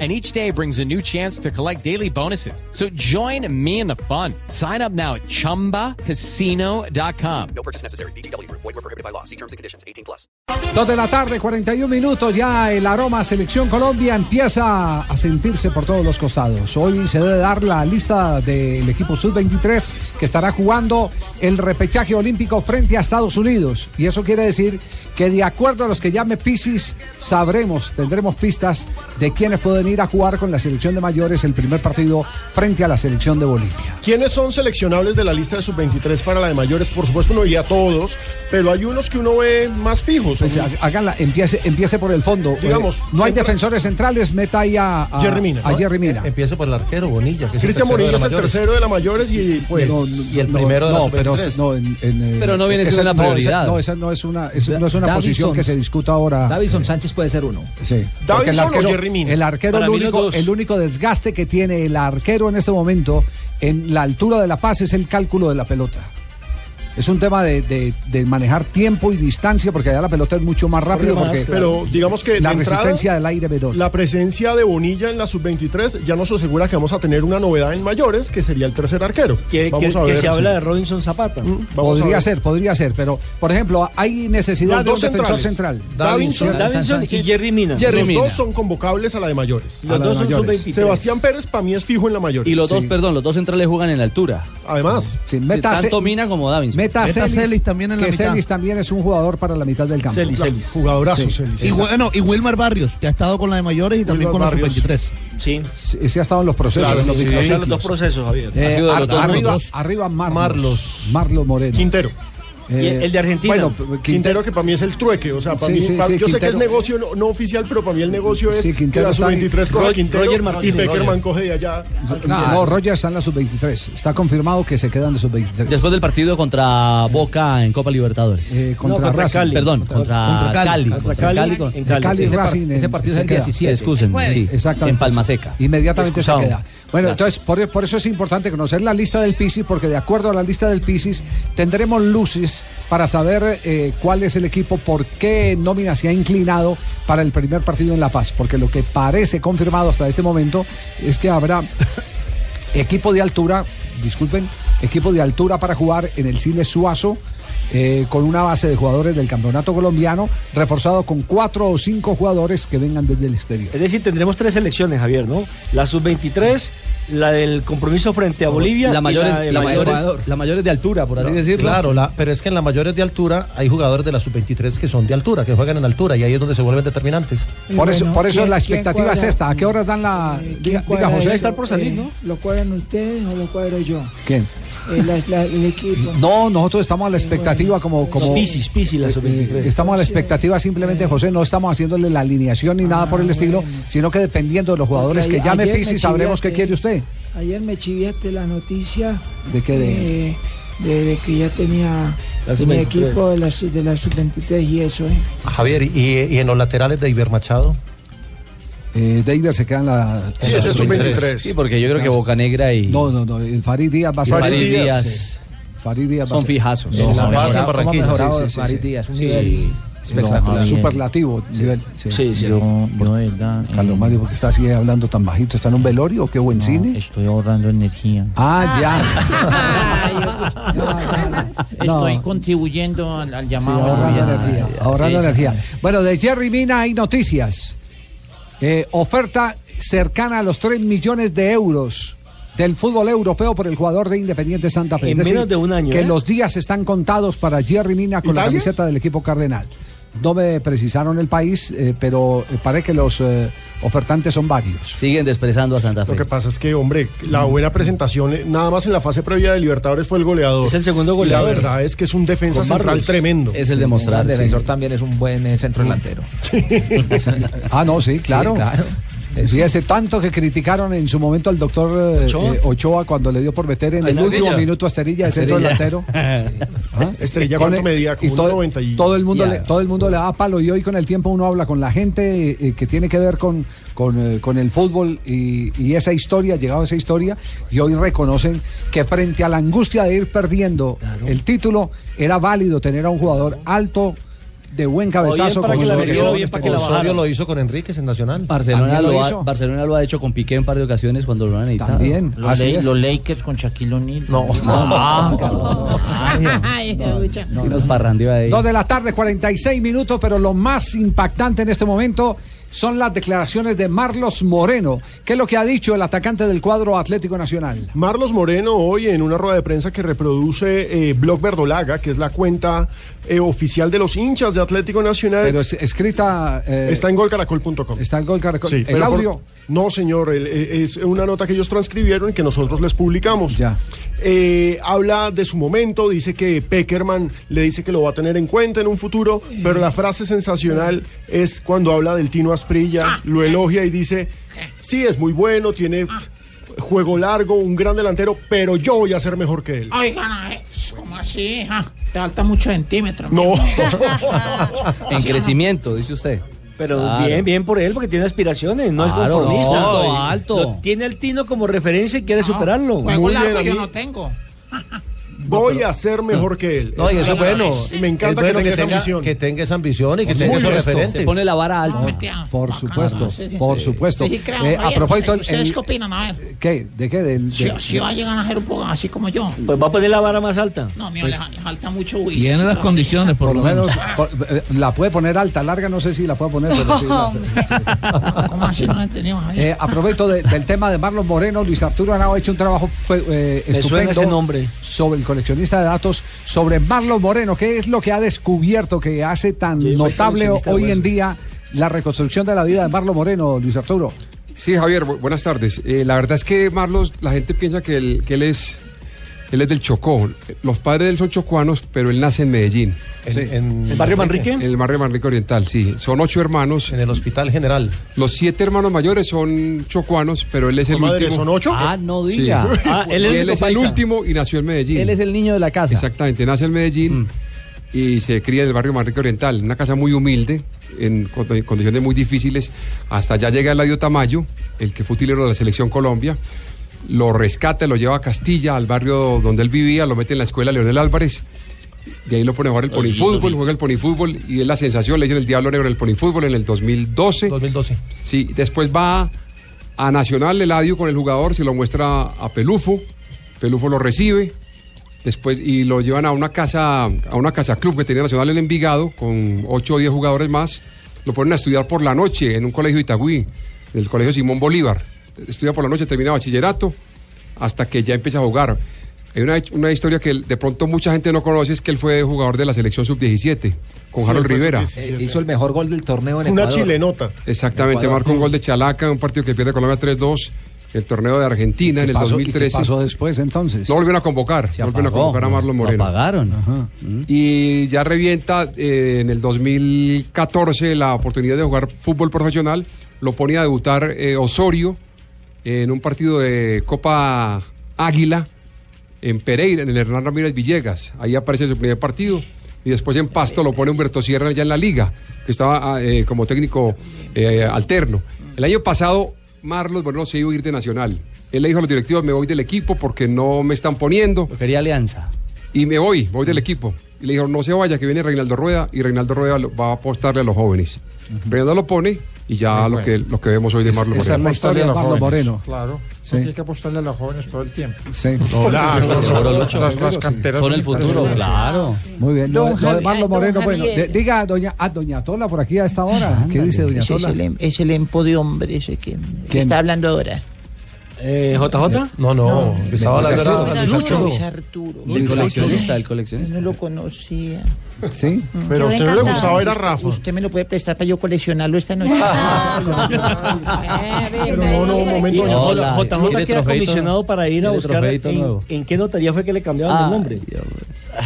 and each day brings a new chance to collect daily bonuses. So join me in the fun. Sign up now at ChumbaCasino.com. No purchase necessary. BGW. Void were prohibited by law. See terms and conditions. 18 plus. Dos de la tarde, 41 minutos, ya el aroma Selección Colombia empieza a sentirse por todos los costados. Hoy se debe dar la lista del equipo Sub-23 que estará jugando el repechaje olímpico frente a Estados Unidos. Y eso quiere decir que de acuerdo a los que llame Pisis, sabremos, tendremos pistas de quiénes pueden ir a jugar con la selección de mayores el primer partido frente a la selección de Bolivia. ¿Quiénes son seleccionables de la lista de sub-23 para la de mayores? Por supuesto, no iría a todos, pero hay unos que uno ve más fijos. Pues ha- háganla, empiece, empiece por el fondo. Digamos, Eh, no hay entra- defensores centrales, meta ahí a, Ah, a- Jerry Mina, a ¿no? Jerry Mina. Em, Empiezo por el arquero Bonilla. Que Cristian Morillo es el tercero de la mayores y pues... No, no, y el primero de la no, pero, sub-23. no, en- en, eh, Pero no viene esa- siendo no, una esa- prioridad. No, esa no es una, es- no es una Davison. posición que se discuta ahora. Davison Sánchez puede ser uno. Sí, porque el ¿Davison o arquero, Jerry Mina? el arquero, Para el mí los único, dos. el único desgaste que tiene el arquero en este momento en la altura de la paz es el cálculo de la pelota. Es un tema de, de- de manejar tiempo y distancia porque allá la pelota es mucho más rápido porque Pero digamos que de la entrada, resistencia del aire vedor. la presencia de Bonilla en la sub-23 ya nos asegura que vamos a tener una novedad en mayores, que sería el tercer arquero. que, vamos que- a que ver, se habla de sí. Robinson Zapata. Vamos a podría ver. ser, podría ser, pero por ejemplo, hay necesidad Los de un dos defensor centrales. central. Davinson, Davinson Davinson y Sánchez. Jerry Mina. Jerry los Mina. dos son convocables a la de mayores. a Los la dos son mayores. sub-23. Sebastián Pérez para mí es fijo en la mayor. Y los dos, perdón, los dos centrales juegan en la altura. Además, Sí, meta tanto Ce- Mina como Meta, Davinson. Meta Celis, Celis también en la que mitad. Celis también es un jugador para la mitad del campo. Celis, la- Celis. jugadorazo, Sí. Celis. Y bueno, ah, y Wilmer Barrios, que ha estado con la de mayores y también Wilmer con la Barrios. sub-23. Sí. Sí, sí ha estado en los procesos. Claro, en los sí. O microciclos. sea, los dos procesos, Javier. Eh, Ha sido de los ar- dos, arriba, los dos. arriba Marlos. Marlos. Marlos Moreno. Eh, Quintero. Y el- el de Argentina. Bueno, p- Quintero que para mí es el trueque, o sea, para Sí, mí, sí, para- sí, yo sé que es Quintero. negocio no, no oficial, pero para mí el negocio es Sí, que Quintero la está ahí. sub-23 coge a Roger- Quintero Roger y Martínez, Peckerman Roger. coge de allá. al No, Quintero. no, Roger está en la sub-23. Está confirmado que se quedan de sub-23. Después del partido contra Boca en Copa Libertadores. Eh, contra No, contra Racing. Cali. Perdón, contra, contra Cali. Cali. Contra Contra Cali, Cali. con- en Cali. Cali, ese, par- Racing, ese eh, partido se es el queda. 17. Excusen, sí, Exactamente. En Palma Seca. Inmediatamente Excusado. se queda. Bueno, Gracias. entonces por, por eso es importante conocer la lista del Pisis, porque de acuerdo a la lista del Pisis tendremos luces para saber eh, cuál es el equipo, por qué nómina se ha inclinado para el primer partido en La Paz, porque lo que parece confirmado hasta este momento es que habrá equipo de altura, disculpen, equipo de altura para jugar en el Chile Suazo. eh, con una base de jugadores del campeonato colombiano, reforzado con cuatro o cinco jugadores que vengan desde el exterior. Es decir, tendremos tres selecciones, Javier, ¿no? La sub-23, la del compromiso frente a Bolivia. La mayor y es, de la mayor es- Ecuador. la mayor es de altura, por así decirlo. Claro, la- pero es que en las mayores de altura hay jugadores de la sub-23 que son de altura, que juegan en altura, y ahí es donde se vuelven determinantes. Por eso, por eso ¿quién- la quién expectativa es cuadra? esta. ¿A qué horas dan la Eh, ¿quién diga, cuadra diga José? eso? estar por salir, ¿no? eh, ¿Lo cuadran ustedes o lo cuadro yo? ¿Quién? Eh, la- la- el equipo. No, nosotros estamos a la expectativa como como Pisis, Pisis, la eh, sub-23. estamos a la expectativa simplemente José, no estamos haciéndole la alineación ni nada por el estilo, sino que dependiendo de los Ah, jugadores Porque que a- llame ayer me Pisi sabremos qué chiviaste. quiere usted. Ayer me chiviaste la noticia ¿De qué de? eh, de, de que ya tenía La mi sub-23. equipo de la, sub- de la sub-23 y eso, ¿eh? Javier, y, y en los laterales de Iber Machado. Eh, Deider se queda en la Sí, ese es sub-23. Sí, porque yo creo que Boca Negra y, No, no, no, el Farid Díaz va a y ser Farid Díaz Farid Díaz va a son ser- fijazos. No, Sí, La sí, Paz, en sí, Barranquilla. mejorado de Farid Díaz, un nivel espectacular. no, superlativo nivel. Sí. Sí, sí. Yo, yo de verdad. eh, Carlos Mario, ¿por qué está así hablando tan bajito? ¿Está en un velorio? ¿Qué buen no, cine? Estoy ahorrando energía. Ah, ya. No. Estoy contribuyendo al, al Sí, llamado. ahorrando Ah, energía. ya, ahorrando esa. energía. Bueno, de Jerry Mina hay noticias. Eh, oferta cercana a los 3 millones de euros del fútbol europeo por el jugador de Independiente Santa Fe. En Es menos de un año, Que ¿eh? los días están contados para Jerry Mina con la ¿Italia? camiseta del equipo cardenal. No me precisaron el país, eh, pero eh, parece que los eh, ofertantes son varios. Siguen desprezando a Santa Lo Fe. que pasa es que, hombre, la buena presentación, eh, nada más en la fase previa de Libertadores fue el goleador. Es el segundo Y goleador. la verdad es que es un defensa Con central Barrios. tremendo. Es el demostrar. sí. también es un buen centro delantero. Ah, no, sí, claro. Eh, Fíjese, tanto que criticaron en su momento al doctor eh, eh, ¿Ochoa? Ochoa? cuando le dio por meter en A el último Estrella. minuto a Esterilla, el centro delantero. ¿Ah? Estrella, Con ¿cuánto el- medía? Como y un todo, 90 y- todo el mundo, Ya. le, todo el mundo le da palo y hoy con el tiempo uno habla con la gente eh, eh, que tiene que ver con, con, eh, con el fútbol y, y esa historia, llegado a esa historia, y hoy reconocen que frente a la angustia de ir perdiendo el título, era válido tener a un jugador alto, de buen cabezazo, para que la Osorio, metió, bien para que la Osorio, Osorio bajaron. lo hizo con Enríquez en Nacional. Barcelona También lo, lo ha, hizo. Barcelona lo ha hecho con Piqué en par de ocasiones cuando lo han necesitado. También. Los, así Lake- es. los Lakers con Shaquille O'Neal. No. Ay, pucha. Sí nos parrandeó ahí. Dos de la tarde, 46 minutos, pero lo más impactante en este momento son las declaraciones de Marlos Moreno. ¿Qué es lo que ha dicho el atacante del cuadro Atlético Nacional? Marlos Moreno hoy en una rueda de prensa que reproduce eh, Blog Verdolaga, que es la cuenta eh, oficial de los hinchas de Atlético Nacional. Pero es- escrita... eh, Está en golcaracol.com. está el gol Caracol. Sí, el pero por- audio... no, señor, el- eh, es una nota que ellos transcribieron y que nosotros les publicamos. Ya. Eh, habla de su momento, dice que Peckerman le dice que lo va a tener en cuenta en un futuro, pero la frase sensacional es cuando habla del Tino Asprilla, lo elogia y dice, sí, es muy bueno, tiene Ah. juego largo, un gran delantero, pero yo voy a ser mejor que él. Oigan, eh, ¿cómo así? ah? Te falta mucho centímetro. No. En crecimiento, dice usted. Ah. Pero Claro. bien, bien por él, porque tiene aspiraciones, no es Claro, conformista. no, Lo- alto. lo tiene al Tino como referencia y quiere superarlo. Muy bien, a mí tengo. Voy a ser mejor que él. No, y eso es bueno. Me encanta Es bueno que tenga esa ambición. Que tenga esa ambición y que Por tenga esos supuesto. Se referentes. pone la vara alta. Ah, Por bacano, supuesto, sí, sí, por sí. supuesto. Sí, claro, Eh, a oye, propósito, el- ¿ustedes el- qué opinan? A ver, ¿Qué? ¿De qué? Del, si, de- si va a llegar a ser un poco así como yo. Pues va a poner la vara más alta. No, mío, le, fa- le falta mucho whisky. Tiene las condiciones, por, Por lo menos por- eh, la puede poner alta, larga, no sé si la puede poner, pero sí. la- ¿Cómo así no le teníamos ahí? Eh, a propósito de- del tema de Marlos Moreno, Luis Arturo Henao ha hecho un trabajo fe- eh, Me estupendo suena ese nombre. sobre el coleccionista de datos, sobre Marlos Moreno, qué es lo que ha descubierto que hace tan Sí, soy notable coleccionista de hoy huesos. en día la reconstrucción de la vida de Marlos Moreno, Luis Arturo. Sí, Javier, bu- buenas tardes. Eh, la verdad es que Marlos, la gente piensa que él, que él es él es del Chocó. Los padres de él son chocuanos, pero él nace en Medellín, En- en- ¿El barrio en Manrique? el barrio Manrique Oriental, sí. Son ocho hermanos. En el Hospital General. Los siete hermanos mayores son chocuanos, pero él es el Madre, último. ¿son ocho? Ah, no Sí. diga. Ah, él Y es el él único es el paisa. último y nació en Medellín. Él es el niño de la casa. Exactamente, nace en Medellín y se cría en el barrio Manrique Oriental, en una casa muy humilde, en condi- condiciones muy difíciles. Hasta allá llega Eladio Tamayo, el que fue utilero de la selección Colombia, lo rescata, lo lleva a Castilla, al barrio donde él vivía, lo mete en la escuela Leonel Álvarez. De ahí lo pone a jugar el ponifútbol, juega el ponifútbol y es la sensación, le dicen el Diablo Negro del ponifútbol en el 2012. 2012. Sí, después va a Nacional Eladio con el jugador, se lo muestra a Pelufo, Pelufo lo recibe, después y lo llevan a una casa, a una casa club que tenía Nacional en Envigado, con 8 o 10 jugadores más, lo ponen a estudiar por la noche en un colegio de Itagüí, en el colegio Simón Bolívar. Estudia por la noche, termina bachillerato, hasta que ya empieza a jugar. Hay una, una historia que de pronto mucha gente no conoce, es que él fue jugador de la selección sub-17, con Sí, Harold fue Rivera. suficiente. Hizo el mejor gol del torneo en Una Ecuador. chilenota. Exactamente, Ecuador. marcó un gol de Chalaca en un partido que pierde Colombia 3-2, el torneo de Argentina en ¿Qué el pasó, y qué 2013. pasó después entonces? No volvieron a convocar, Se no volvieron a apagó. convocar a Marlon Lo Moreno. apagaron. Y ya revienta eh, en el 2014 la oportunidad de jugar fútbol profesional, lo ponía a debutar eh, Osorio en un partido de Copa Águila en Pereira, en el Hernán Ramírez Villegas. Ahí aparece su primer partido. Y después en Pasto lo pone Humberto Sierra ya en la liga, que estaba ah, eh, como técnico eh, alterno. El año pasado Marlos Moreno se iba a ir de Nacional. Él le dijo a los directivos, me voy del equipo porque no me están poniendo Lo quería Alianza. y me voy, voy del equipo. Y le dijeron, no se vaya, que viene Reinaldo Rueda y Reinaldo Rueda lo- va a apostarle a los jóvenes. Reinaldo lo pone y ya lo que, lo que vemos hoy de Marlon Esa es Moreno. la historia de Marlos Moreno. Claro, Sí. tiene que apostarle a los jóvenes todo el tiempo. Sí. Claro, Las, las canteras Son el futuro, universitarias. claro. Muy bien. Lo, Don lo de Javi- Marlos don Moreno, bueno, Javier. de- diga doña, a doña Tola por aquí a esta hora. ¿Qué dice doña Ese es, Tola? el, em- es el empo de hombre ese que, que ¿Quién? está hablando ahora. Eh, JJ. No, no. Estaba hablando de Luis Lucho. Arturo. El coleccionista, el coleccionista. Yo no lo conocía. Mm, Sí. Pero a usted no le gustaba ir a Rafa. Usted me lo puede prestar para yo coleccionarlo esta noche. Ah, Pero no, no, un momento. doña Paula. JJ que era comisionado para ir a ¿Quiere buscar trofeito en, nuevo? en qué notaría fue que le cambiaron Ah, el nombre.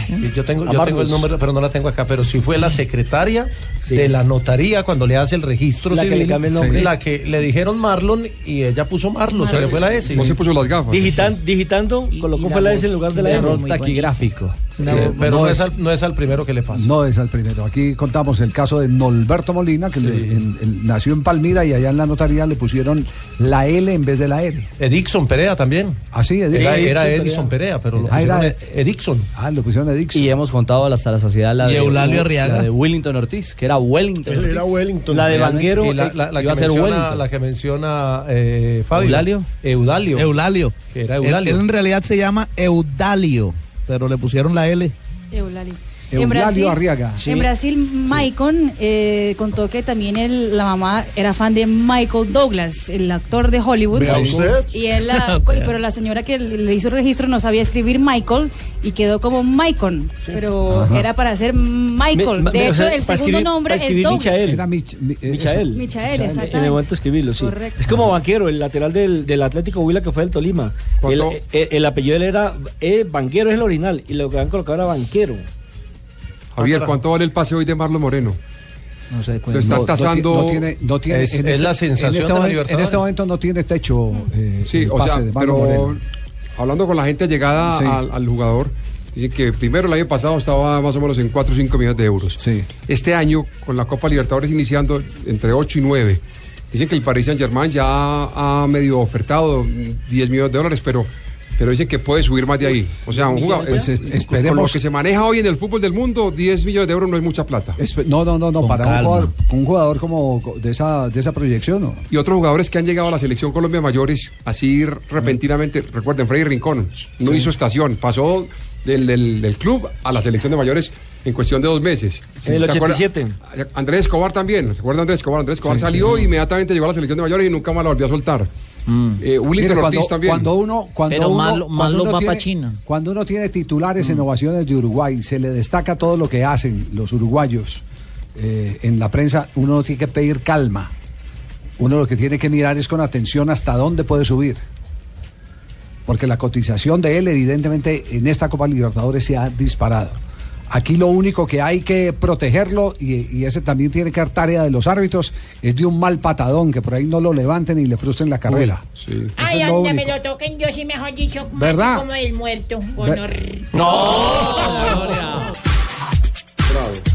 Sí, Yo tengo, yo Amargos. tengo el número, pero no la tengo acá, pero sí fue la secretaria de la notaría cuando le hace el registro La que civil, le cambia el nombre. la que le dijeron Marlon y ella puso Marlon, se le fue la S. No se puso las gafas. Digitan- digitando, colocó fue la S en lugar de la M. taquigráfico. Sí, pero no, es al, no es al primero que le pasa. No es al primero. Aquí contamos el caso de Norberto Molina, que le- en- en- nació en Palmira y allá en la notaría le pusieron la L en vez de la R. Edixon Perea también. Así, Era, era Edison Perea, pero lo Ah, era- pusieron Edixon. Ah, lo pusieron Edixon. Y hemos contado hasta la saciedad la Y de Eulalio la Arriaga. de Wellington Ortiz, que era Wellington. Él Ortiz. era Wellington. La de Banguero eh, Y la, eh, la- la iba a que ser menciona, Wellington. la que menciona eh, Fabio. ¿Eulalio? Eudalio. Eulalio. Que era Él- Eulalio. Él, en realidad se llama Eudalio, pero le pusieron la L. Eulalia. Eulalio en Brasil, Arriaga. Sí. En Brasil, Maicon eh, contó que también el- la mamá era fan de Michael Douglas, el actor de Hollywood. Vea usted. Y él, la- Vea. pero la señora que le hizo el registro no sabía escribir Michael y quedó como Maicon, pero Ajá. era para ser Michael. Me- me- de o hecho, sea, el para segundo escribir- nombre para escribir es Douglas. Michael. Era Mich- mi- eh, Michael. eso. Michael, En el exactamente. momento de escribirlo, sí. Correcto. Es como Banquero, el lateral del, del Atlético Huila que fue del Tolima. El, ¿Cuánto? el- el apellido de él era eh, Banquero, es el original. Y lo que han colocado era Banquero. Javier, ¿cuánto vale el pase hoy de Marlon Moreno? No sé, Lo están no- no tasando. ti- No tiene, no tiene, en este- en este, momento, en este momento no tiene techo. eh, Sí, el o pase sea, de Marlon pero Moreno. hablando con la gente llegada Sí. al, al jugador, dicen que primero el año pasado estaba más o menos en 4 o 5 millones de euros. Este año, con la Copa Libertadores iniciando entre 8 y 9, dicen que el Paris Saint Germain ya ha, ha medio ofertado mm, 10 millones de dólares, pero, pero dicen que puede subir más de ahí. O sea, un jugador, Pues, eh, esperemos. con lo que se maneja hoy en el fútbol del mundo, 10 millones de euros no es mucha plata. Espe- No, no, no, no para un calma. jugador, un jugador como co- de esa, de esa proyección, ¿no? y otros jugadores que han llegado a la selección Colombia mayores así r- repentinamente. Recuerden, Freddy Rincón no Sí. hizo estación, pasó del, del- del club a la selección de mayores en cuestión de dos meses. En el ¿Se acuerda? 87. Andrés Escobar también, ¿se acuerdan de Andrés Escobar? Andrés Escobar Sí. salió e inmediatamente llegó a la selección de mayores y nunca más la volvió a soltar. Eh, Willington Mire, Ortiz cuando, también. cuando uno, cuando Pero uno, malo- cuando malo uno va pa' tiene, China. Mm. Cuando uno tiene titulares en ovaciones de Uruguay, se le destaca todo lo que hacen los uruguayos eh, en la prensa, uno tiene que pedir calma. Uno lo que tiene que mirar es con atención hasta dónde puede subir. Porque la cotización de él, evidentemente, en esta Copa Libertadores se ha disparado. Aquí lo único que hay que protegerlo, y, y ese también tiene que ser tarea de los árbitros, es de un mal patadón, que por ahí no lo levanten y le frustren la carrera. Eso Ay, es lo anda, único. me lo toquen yo, sí, mejor dicho, este más ¿Verdad? como el muerto. Honor.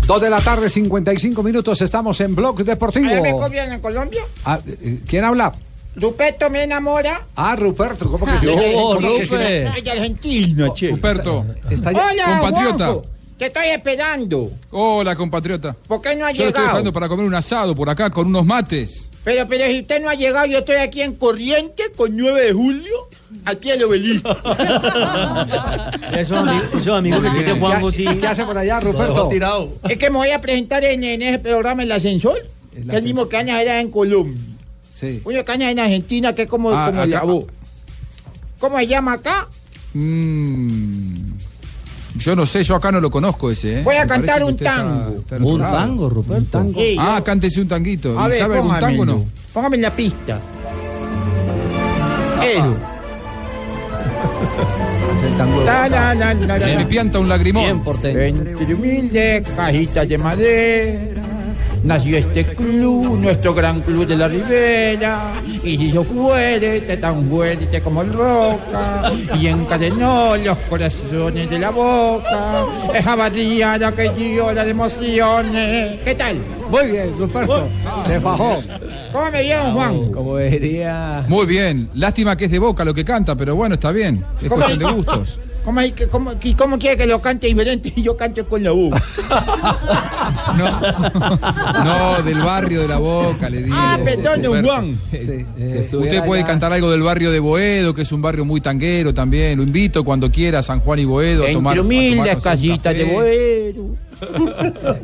Dos de la tarde, 55 minutos, estamos en Blog ¿Ahora me Deportivo. copian en Colombia? Ah, eh, ¿Quién habla? Rupeto me enamora. Ah, Ruperto, ¿cómo que se Ay, llama? ay, ¿Cómo que ay, se llama? ay, argentino, che. Ruperto, Está ya- Hola, compatriota. Juanjo, Te estoy esperando. Hola, compatriota. ¿Por qué no ha Yo lo estoy llegado? dejando para comer un asado por acá con unos mates. Pero, pero si usted no ha llegado, yo estoy aquí en Corriente con 9 de julio, aquí en el obelisco. Esos, ami- esos amigos que tiene Juanjo, sí. Es que me voy a presentar en, en ese programa El Ascensor, que es el mismo que Ana era en Colombia. Sí. Uno que Ana en Argentina, que es como, Ah, como acá- el jabón. ¿Cómo se llama acá? Mm, yo no sé, yo acá no lo conozco ese. ¿eh? Voy a Me parece cantar que un usted está- tango. está en otro Un lado. tango, Ruperto. Sí, Ah, yo- cántese un tanguito. A ¿Y ver, ¿Sabe algún tango o no? póngamelo. Póngame en la pista. Eso. Ta, la, la, la, la, Se la. me pianta un lagrimón. Entre humildes cajitas de madera nació este club, nuestro gran club de la ribera. Y se hizo fuerte, tan fuerte como el roca. Y encadenó los corazones de la boca. Es abadía que llora de emociones. ¿Qué tal? Muy bien, Ruperto. Se bajó. ¿Cómo me vieron, Juan? Como diría. Muy bien. Lástima que es de boca lo que canta, pero bueno, está bien. Es ¿Cómo? cuestión de gustos. ¿Cómo, hay que- cómo- que- cómo quiere que lo cante diferente y yo cante con la U? No, del barrio de la boca, le digo. Ah, perdón, don Roberto. Juan. Usted puede cantar algo del barrio de Boedo, que es un barrio muy tanguero también. Lo invito cuando quiera a San Juan y Boedo a tomar. Entre a humildes tomarnos un casitas de café. boero.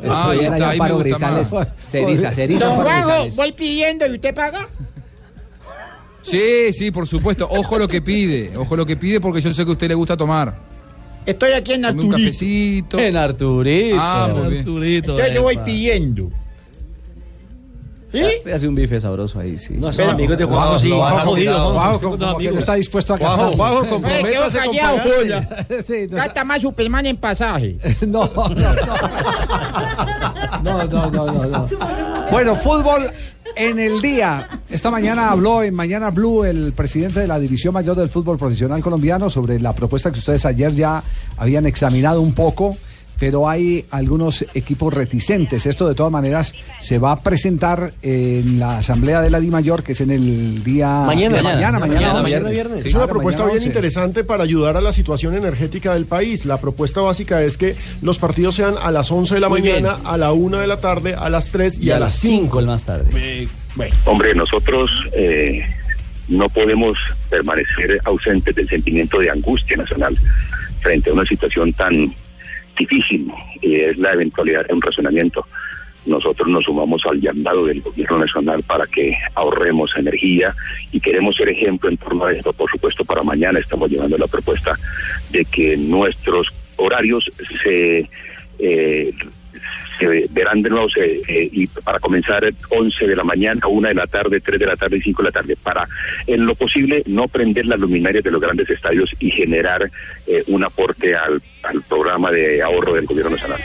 Ah, ahí está, ahí me gusta más. Don Juanjo, voy pidiendo y usted paga. Sí, sí, por supuesto. Ojo lo que pide. Ojo lo que pide porque yo sé que a usted le gusta tomar. Estoy aquí en Tome un Arturito. cafecito. En Arturito. Ah, muy bien. Entonces yo voy epa. pidiendo. ¿Y? Hace un bife sabroso ahí, sí. No, son Pero- amigos de Juanjo, sí, Juanjo jodido, Juanjo, Juanjo, como que no está dispuesto a Juanjo, gastar. Juanjo, comprométase con pagarle. Sí, no. Gasta más Superman en pasaje. no, no, no. No, no, no, no. Bueno, fútbol en el día. Esta mañana habló en Mañana Blue el presidente de la División Mayor del Fútbol Profesional Colombiano sobre la propuesta que ustedes ayer ya habían examinado un poco. Pero hay algunos equipos reticentes. Esto de todas maneras se va a presentar en la asamblea de la Di Mayor, que es en el día Mañana, Ah, de mañana, mañana, once. viernes. Es Claro, una propuesta mañana bien once. interesante para ayudar a la situación energética del país. La propuesta básica es que los partidos sean a las 11 de la Muy mañana, a la 1 de la tarde, a las 3 y, Y a las 5 el más tarde. Hombre, nosotros eh, no podemos permanecer ausentes del sentimiento de angustia nacional frente a una situación tan difícil y es la eventualidad de un razonamiento. Nosotros nos sumamos al llamado del gobierno nacional para que ahorremos energía y queremos ser ejemplo en torno a esto. Por supuesto, para mañana estamos llevando la propuesta de que nuestros horarios se eh, se verán de nuevo se- eh, y para comenzar 11 de la mañana, 1 de la tarde, 3 de la tarde y 5 de la tarde, para en lo posible no prender las luminarias de los grandes estadios y generar eh, un aporte al, al programa de ahorro del gobierno nacional.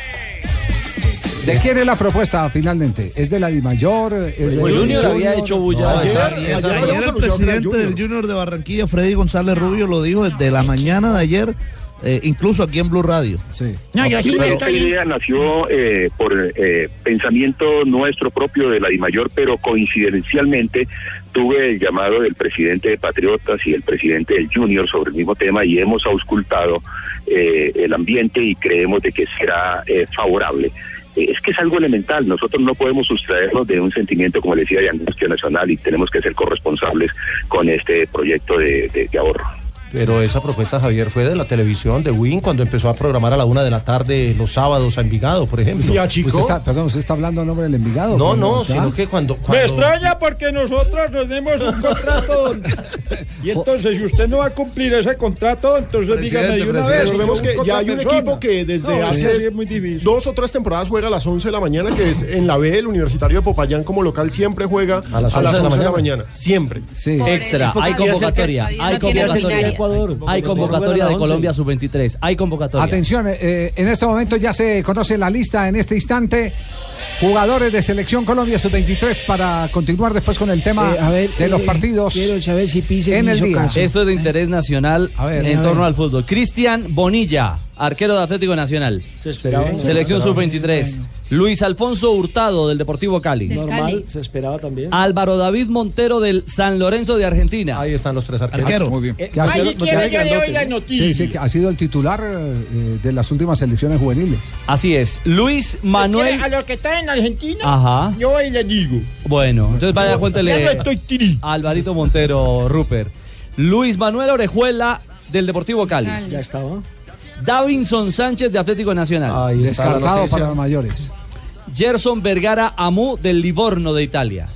¿De quién es la propuesta finalmente? ¿Es de la Di Mayor? ¿Es del Junior había hecho bulla. No, No, esa- ayer- esa- ayer ayer hablamos el con Luciano presidente Junior. Ah. del Junior de Barranquilla, Freddy González Rubio, lo dijo desde la mañana de ayer, eh, incluso aquí en Blue Radio. No, yo sí Pero me esta estoy... idea nació eh, por eh, pensamiento nuestro propio de la DIMAYOR, pero coincidencialmente tuve el llamado del presidente de Patriotas y el presidente del Junior sobre el mismo tema y hemos auscultado eh, el ambiente y creemos de que será eh, favorable. Eh, Es que es algo elemental, nosotros no podemos sustraernos de un sentimiento, como le decía, de angustia nacional y tenemos que ser corresponsables con este proyecto de- de- de ahorro. Pero esa propuesta, Javier, fue de la televisión, de Win, cuando empezó a programar a la una de la tarde los sábados a Envigado, por ejemplo. Usted está, perdón, ¿usted está hablando a nombre del Envigado? No, Perdón, no, ya. sino que cuando... Me cuando- extraña porque nosotros tenemos un contrato. don. Y entonces, si usted no va a cumplir ese contrato, entonces dígame de una vez. Recordemos yo que busco ya otra hay un persona. equipo que desde No, hace dos o tres temporadas juega a las 11 de la mañana, que es en la B, el Universitario de Popayán como local siempre juega a las 11, de, la mañana. Siempre. Extra, hay convocatoria, hay convocatoria. Hay convocatoria de Colombia sub-23, hay convocatoria. Atención, eh, eh, en este momento ya se conoce la lista en este instante. Jugadores de Selección Colombia sub-23 para continuar después con el tema Eh, a ver, de los eh, partidos. quiero saber si Pise en me el hizo día. caso. Esto es de interés nacional en a torno ver. al fútbol. Cristian Bonilla, arquero de Atlético Nacional. esperaba. Selección Se esperaba. sub-23. Luis Alfonso Hurtado del Deportivo Cali. Normal, se esperaba también. Álvaro David Montero del San Lorenzo de Argentina. Ahí están los tres arqueros. Ah, Muy bien. Eh, Que ha ahí sido- si quiere, yo le doy la noticia. Sí, sí, que ha sido el titular eh, eh, de las últimas selecciones juveniles. Así es. Ah, Luis Manuel. A los que están en Argentina, Ajá. yo hoy les digo. Bueno, entonces vaya, Ya no cuéntele. estoy Alvarito Montero, Rupert. Luis Manuel Orejuela del Deportivo Cali. Ya estaba. Davinson Sánchez de Atlético Nacional. Descartado para los mayores. Gerson Vergara Amú del Livorno de Italia.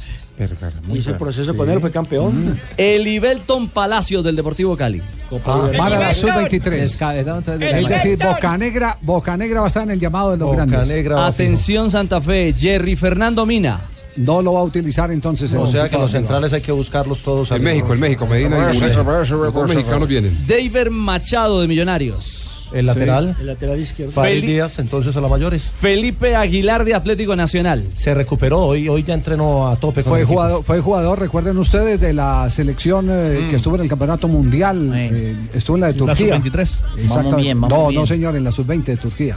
Hizo el proceso con él, fue campeón. Elibelton Palacio del Deportivo Cali. Copa Para Ah, la Libertadores. sub-23. Es decir, Bocanegra, Bocanegra va a estar en el llamado de los grandes. Atención Santa Fe, Jerry Fernando Mina. No lo va a utilizar entonces. O sea que los centrales hay que buscarlos todos. En amigos. México, en México, Medina y Medina. Los dos mexicanos vienen. David Machado de Millonarios. El lateral. El lateral izquierdo. Fari Felipe- Díaz, entonces a la mayores. Felipe Aguilar de Atlético Nacional. Se recuperó, hoy, hoy ya entrenó a tope con Pues Fue el equipo. jugador, fue jugador, recuerden ustedes, de la selección eh, Mm. que estuvo en el Campeonato Mundial, eh, estuvo en la de La Turquía. sub-23. Exactamente. Vamos bien, vamos no, bien. no señor, en la sub-20 de Turquía.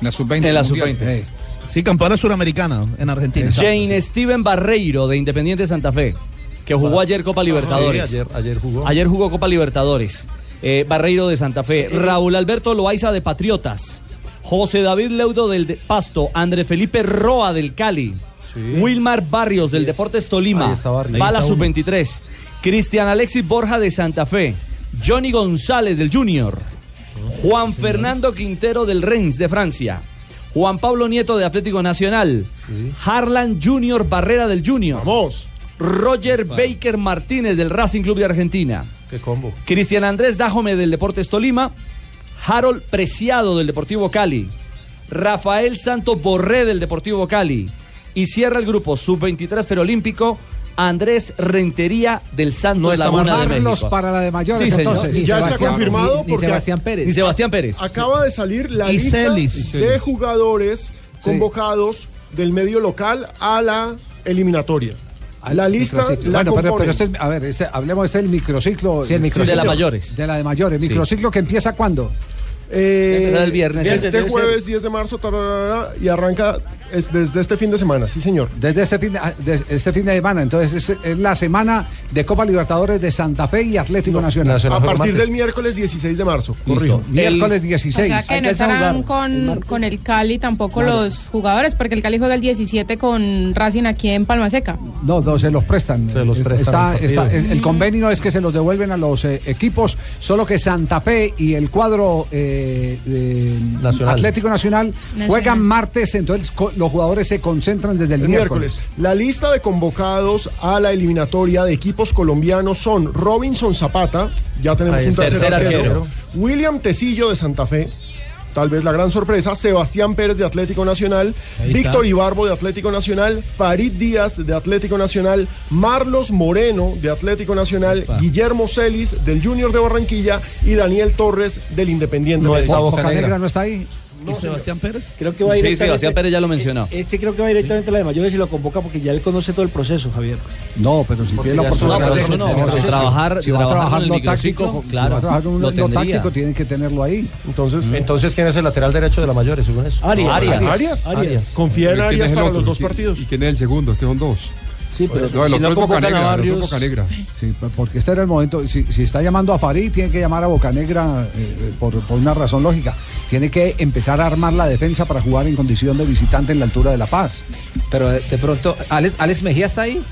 La sub-20. En la mundial. sub-20. Sí, campeona suramericana en Argentina. Jane Steven Barreiro de Independiente Santa Fe, que jugó ayer Copa Libertadores. Sí, ayer, ayer jugó. Ayer jugó Copa Libertadores. Eh, Barreiro de Santa Fe. Eh. Raúl Alberto Loaiza de Patriotas. José David Leudo del de- Pasto. André Felipe Roa del Cali. Wilmar Barrios del Deportes Tolima. Ahí está Barrios. Ahí Bala está uno. Sub-23. Cristian Alexis Borja de Santa Fe. Johnny González del Junior. Juan Fernando Quintero del Rennes de Francia. Juan Pablo Nieto de Atlético Nacional. Harlan Junior Barrera del Junior. Roger Baker Martínez del Racing Club de Argentina. Qué combo. Cristian Andrés Dajome del Deportes Tolima, Harold Preciado del Deportivo Cali, Rafael Santos Borré del Deportivo Cali y cierra el grupo sub-23 preolímpico Andrés Rentería del Santo No está Laguna mal. de Carlos México. para la de mayores, Sí, señor. entonces. Y ya está confirmado porque Ni Sebastián Pérez. Acaba de salir la Y lista Celis. Y de Celis. jugadores convocados del medio local a la eliminatoria. La lista Microciclo. la bueno, pero, componen. pero este, a ver, este, hablemos este del microciclo. Sí, el microciclo. De la mayores. De la de mayores. Sí. ¿Microciclo que empieza cuándo? Eh, el viernes. Este Debe ser- jueves 10 de marzo tararara, y arranca es desde este fin de semana, sí señor. Desde este fin, de- ah, de- este fin de semana. Entonces es, es la semana de Copa Libertadores de Santa Fe y Atlético Nacional. A partir del miércoles 16 de marzo. Corrijo. Miércoles 16. O sea que no estarán con, con el Cali tampoco Claro. los jugadores, porque el Cali juega el 17 con Racing aquí en Palma Seca. No, no, se los prestan. Es- prestan está- el partido. está- es- el convenio es que se los devuelven a los eh, equipos, solo que Santa Fe y el cuadro eh, eh, Nacional. Atlético Nacional, Nacional. juegan martes, entonces co- los jugadores se concentran desde el, El miércoles. miércoles. La lista de convocados a la eliminatoria de equipos colombianos son Robinson Zapata, ya tenemos Ahí un está. tercer, Tercer arquero, arquero. William Tecillo de Santa Fe, tal vez la gran sorpresa, Sebastián Pérez de Atlético Nacional, Ahí está. Víctor Ibarbo de Atlético Nacional, Farid Díaz de Atlético Nacional, Marlos Moreno de Atlético Nacional, Guillermo Celis del Junior de Barranquilla y Daniel Torres del Independiente. No está Medellín. Boca Boca Negra. Negra no está ahí. ¿Y Sebastián Pérez? Creo que va Sí, directamente- Sebastián Pérez ya lo mencionó. Este creo que va directamente a la de mayores y lo convoca porque ya él conoce todo el proceso, Javier. No, pero si Porque tiene la ya está. oportunidad No, de pero eso no, de- pero eso de- sí. trabajar- si va a trabajar trabajar en el lo microciclo, táctico, claro, si va a trabajar en lo lo, lo tendría. táctico, tienen que tenerlo ahí. Entonces, Entonces, ¿quién es el lateral derecho de la mayores, según eso? Ah, Arias. Arias. Confía en ¿Quién Arias es el para otro? los dos ¿Y- partidos. ¿Y quién es el segundo? Es que son dos. Sí, pero no, el si otro no es Boca convocan a Negra. El otro es Barrios- Boca Negra. Sí, p- porque este era el momento. Si, si está llamando a Farid, tiene que llamar a Bocanegra eh, eh, por, por una razón lógica. Tiene que empezar a armar la defensa para jugar en condición de visitante en la altura de La Paz. Pero de de pronto, ¿Alex, Alex Mejía está ahí?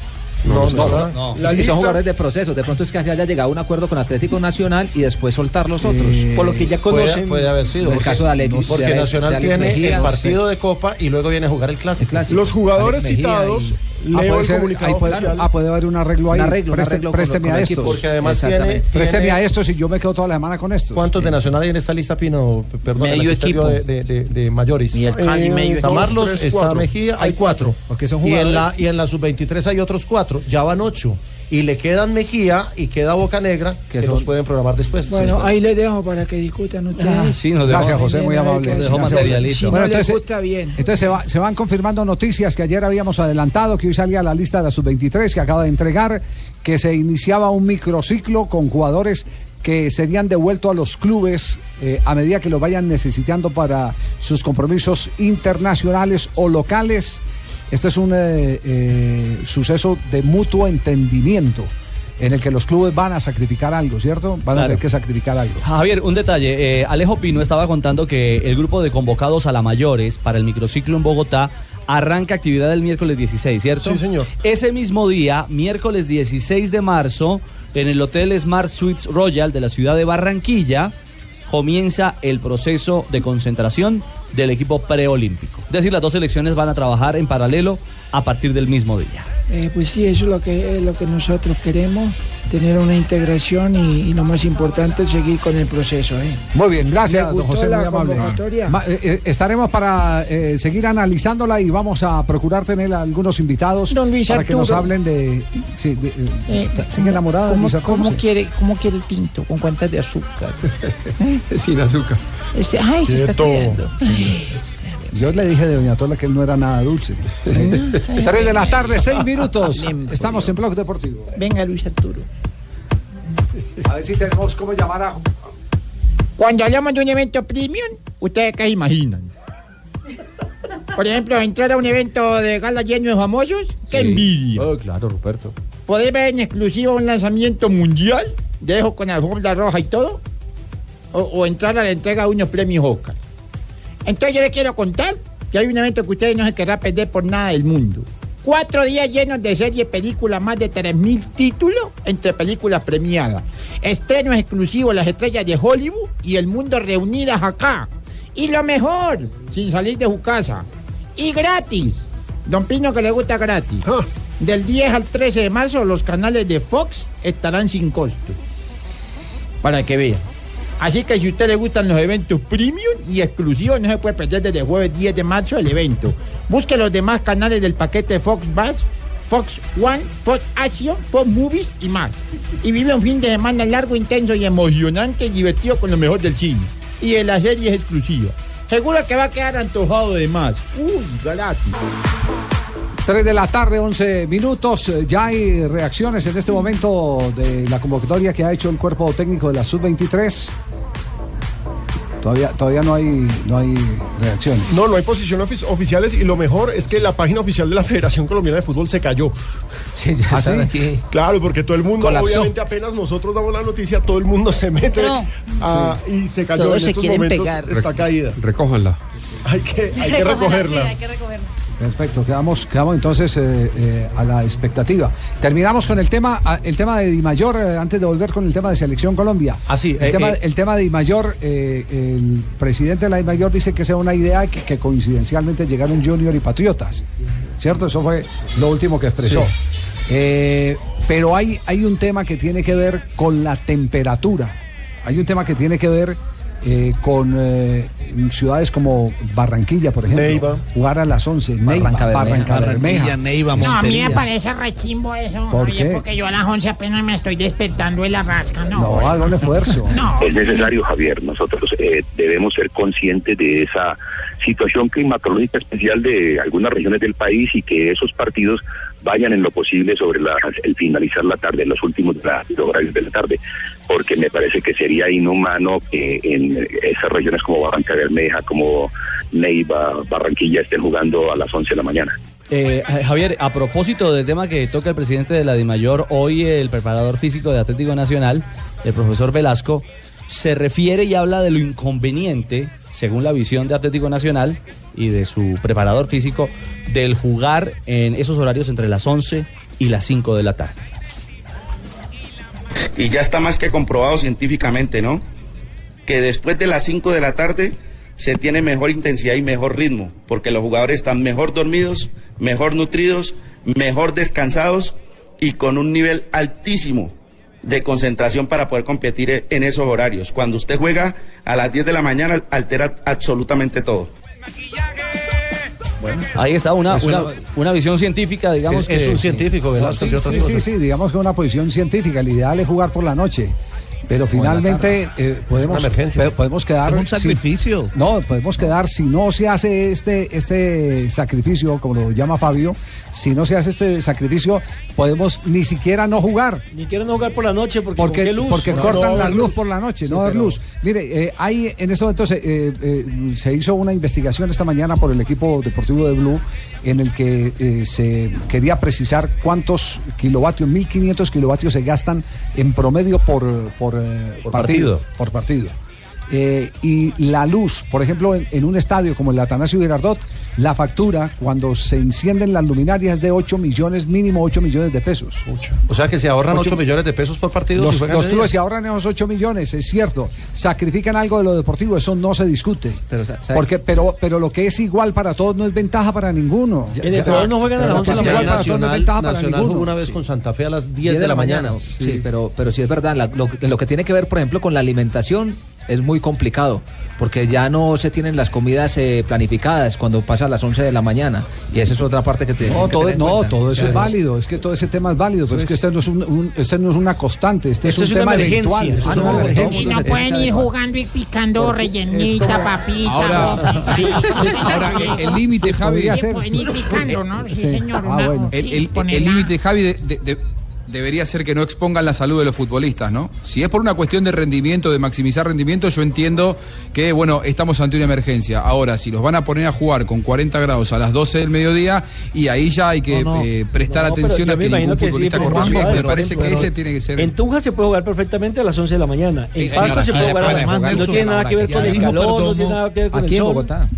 No, no no. está. No. Sí, La son lista- jugadores de proceso. De pronto es que se haya llegado a un acuerdo con Atlético Nacional y después soltar los otros. Por lo que ya Puede- conocen. puede haber sido, En el porque- caso de Alex. no, porque de Alex- Nacional de Alex tiene Mejía, el no sé. partido de Copa y luego viene a jugar el clásico. Los jugadores Alex Mejía citados, y- leo Ah, puede el ser- comunicado ahí puede- oficial. ah, puede haber un arreglo ahí. Un arreglo, un arreglo con- présteme con a el estos. equipo. Porque además tiene- Exactamente. Présteme tiene- a estos y yo me quedo toda la semana con estos. ¿Cuántos de Nacional hay en esta lista, Pino? P- Perdón, en la Medio que usted equipo. dio de, de- de- de mayores. Y el Cali, Eh, medio está equipo. Marlos, Tres, está cuatro. Mejía, hay cuatro. Porque son y en la jugadores. Y en la sub-23 hay otros cuatro, ya van ocho. Y le quedan Mejía y queda Boca Negra, que, nos pueden programar después. Bueno, ahí les dejo para que discutan ustedes. Ah, sí, nos dejó- Gracias, José, muy Nos amable. dejó Gracias, materialista. José. Si no le entonces, gusta, bien. entonces se, va- se van confirmando noticias que ayer habíamos adelantado, que hoy salía la lista de la sub-23 que acaba de entregar, que se iniciaba un microciclo con jugadores que serían devueltos a los clubes eh, a medida que lo vayan necesitando para sus compromisos internacionales o locales. Este es un eh, eh, suceso de mutuo entendimiento en el que los clubes van a sacrificar algo, ¿cierto? Van a Claro. tener que sacrificar algo. Javier, un detalle. eh, Alejo Pino estaba contando que el grupo de convocados a la mayores para el microciclo en Bogotá arranca actividad el miércoles 16, ¿cierto? Sí, señor. Ese mismo día, miércoles 16 de marzo, en el Hotel Smart Suites Royal de la ciudad de Barranquilla, comienza el proceso de concentración del equipo preolímpico. Es decir, las dos selecciones van a trabajar en paralelo a partir del mismo día. Eh, pues sí, eso es lo que, es lo que nosotros queremos, tener una integración y, y lo más importante, seguir con el proceso. ¿eh? Muy bien, gracias, Me don gustó José, muy la amable. convocatoria. Ma- eh, eh, estaremos para eh, seguir analizándola y vamos a procurar tener a algunos invitados para que nos Arturo. hablen de. Sí, de, eh, Eh, sigue enamorada de ¿Cómo, Luis Arturo, cómo sí. quiere, ¿Cómo quiere el tinto? ¿Con cuántas de azúcar? Sin azúcar. Ese- ay, se está Quieto. cuidando. Yo le dije de Doña Tola que él no era nada dulce. Ah, Tres de eh. la tarde, seis minutos. Estamos en Blog Deportivo. Venga, Luis Arturo. A ver si tenemos cómo llamar a. Cuando hablamos de un evento premium, ¿ustedes qué imaginan? Por ejemplo, entrar a un evento de gala lleno de famosos, qué envidia. Oh, claro, Ruperto. Poder ver en exclusiva un lanzamiento mundial, dejo con alfombra roja y todo, o, o entrar a la entrega de unos premios Oscar. Entonces yo les quiero contar que hay un evento que ustedes no se querrán perder por nada del mundo. Cuatro días llenos de series, películas, más de 3.000 títulos entre películas premiadas. Estrenos exclusivos, las estrellas de Hollywood y el mundo reunidas acá. Y lo mejor, sin salir de su casa. Y gratis. Don Pino que le gusta gratis. Del 10 al 13 de marzo los canales de Fox estarán sin costo. Para que vean. Así que si a usted le gustan los eventos premium y exclusivos, no se puede perder desde jueves 10 de marzo el evento. Busque los demás canales del paquete Fox Bass, Fox One, Fox Action, Fox Movies y más. Y vive un fin de semana largo, intenso y emocionante y divertido con lo mejor del cine y de las series exclusivas. Seguro que va a quedar antojado de más. Uy, galáctico. 3 de la tarde, 11 minutos. Eh, Ya hay reacciones en este momento de la convocatoria que ha hecho el cuerpo técnico de la sub-23. Todavía, todavía no, hay, no hay reacciones. No, no hay posiciones ofici- oficiales y lo mejor es que la página oficial de la Federación Colombiana de Fútbol se cayó. Sí, ya ¿Ah, están sí? aquí. Claro, porque todo el mundo, Colapsó. obviamente apenas nosotros damos la noticia, todo el mundo se mete No. ah, y se cayó. Todos en se estos quieren momentos pegar. Está caída. Recójanla. Hay que, hay que recogerla. Perfecto, quedamos, quedamos entonces eh, eh, a la expectativa. Terminamos con el tema, ah, el tema de Di Mayor, eh, antes de volver con el tema de Selección Colombia. Así, eh, el, tema, el tema de Di Mayor, eh, el presidente de la Di Mayor dice que sea una idea que, que coincidencialmente llegaron Junior y Patriotas. ¿Cierto? Eso fue lo último que expresó. Sí. Eh, pero hay, hay un tema que tiene que ver con la temperatura. Hay un tema que tiene que ver eh, con eh, ciudades como Barranquilla, por ejemplo. Neiva. Jugar a las 11. Neiva, Barranca Bermeja. Barranca Barranquilla, Bermeja. Neiva, No, a mí me parece rechimbo eso. ¿Por oye, qué? porque yo a las 11 apenas me estoy despertando de la rasca, ¿no? No, haga Ah, un esfuerzo. Es necesario, Javier. Nosotros eh, debemos ser conscientes de esa situación climatológica especial de algunas regiones del país y que esos partidos vayan en lo posible sobre la- el finalizar la tarde, los últimos de la- los horarios de la tarde, porque me parece que sería inhumano que en esas regiones como Barranca Bermeja, como Neiva, Barranquilla estén jugando a las 11 de la mañana. Eh, Javier, a propósito del tema que toca el presidente de la DIMAYOR, hoy el preparador físico de Atlético Nacional, el profesor Velasco, se refiere y habla de lo inconveniente, según la visión de Atlético Nacional y de su preparador físico, del jugar en esos horarios entre las 11 y las 5 de la tarde. y ya está más que comprobado científicamente, ¿no? Que después de las 5 de la tarde se tiene mejor intensidad y mejor ritmo, porque los jugadores están mejor dormidos, mejor nutridos, mejor descansados y con un nivel altísimo de concentración para poder competir e- en esos horarios. Cuando usted juega a las 10 de la mañana altera absolutamente todo. Ahí está una, Es una, una- una visión científica, digamos que... Es un científico, Velasco, Sí, sí, sí, sí, digamos que es una posición científica. El ideal es jugar por la noche. Pero finalmente eh, podemos, Una emergencia. pe- podemos quedar. Es un sacrificio. no, podemos quedar si no se hace este, este sacrificio, como lo llama Fabio, si no se hace este sacrificio, podemos ni siquiera no jugar. Ni quieren no jugar por la noche porque, Porque, ¿con qué luz? porque No, cortan no, la no, luz por la noche, Sí, no dar pero- luz. Mire, eh, hay en este momento se, eh, eh, se hizo una investigación esta mañana por el equipo deportivo de Blue en el que eh, se quería precisar cuántos kilovatios, 1.500 kilovatios se gastan en promedio por, eh, por, eh, Por partido. Por partido. Eh, y la luz, por ejemplo, en, en un estadio como el Atanasio Girardot, la factura cuando se encienden las luminarias es de 8 millones, mínimo 8 millones de pesos. O sea que se ahorran Ocho- 8 millones de pesos por partido. si Los, juegan los de clubes día. que ahorran esos 8 millones, es cierto. Sacrifican algo de lo deportivo, eso no se discute. Pero, Porque, pero, pero lo que es igual para todos no es ventaja para ninguno. Ya- ya- Pero Lo que es es que igual para todos no es Nacional, ventaja para Nacional jugó ninguno. una vez con Santa Fe a las 10 de la mañana. Sí, pero, pero sí es verdad. la- lo, lo que tiene que ver, por ejemplo, con la alimentación es muy complicado. Porque ya no se tienen las comidas eh, planificadas cuando pasa a las 11 de la mañana. Y esa es otra parte que tiene No, que tener todo, en no, cuenta. todo eso es Claro. válido, es que todo ese tema es válido, pero es que este no es, un, un- este no es una constante, este es Esto un es una tema emergencia, eventual. esto ah, es no, una no, emergencia. Y todo el no mundo pueden se- ir jugando y picando rellenita, papita. Ahora- ahora, Ah, eh, el- el límite, Javi. Javier. Podría ser. Pues, Pueden ir picando, ¿no? Sí, Sí. señor. Ah, una- bueno. sí, El- el- El ponerla- límite, Javi, de- de- de- debería ser que no expongan la salud de los futbolistas, ¿no? Si es por una cuestión de rendimiento, de maximizar rendimiento, yo entiendo que, bueno, estamos ante una emergencia. Ahora, si los van a poner a jugar con 40 grados a las 12 del mediodía, y ahí ya hay que eh, prestar pero atención yo a me que imagino ningún que sí, futbolista por corra ejemplo, riesgo. Me pero- parece que pero- ese tiene que ser... En Tunja se puede jugar perfectamente a las 11 de la mañana. En Sí, Pasto señora, acá se puede se jugar a puede. las Además, 11. No Nelson, tiene nada que ver ya con el dijo calor, no Perdomo, tiene nada que ver con el aquí en sol. Bogotá.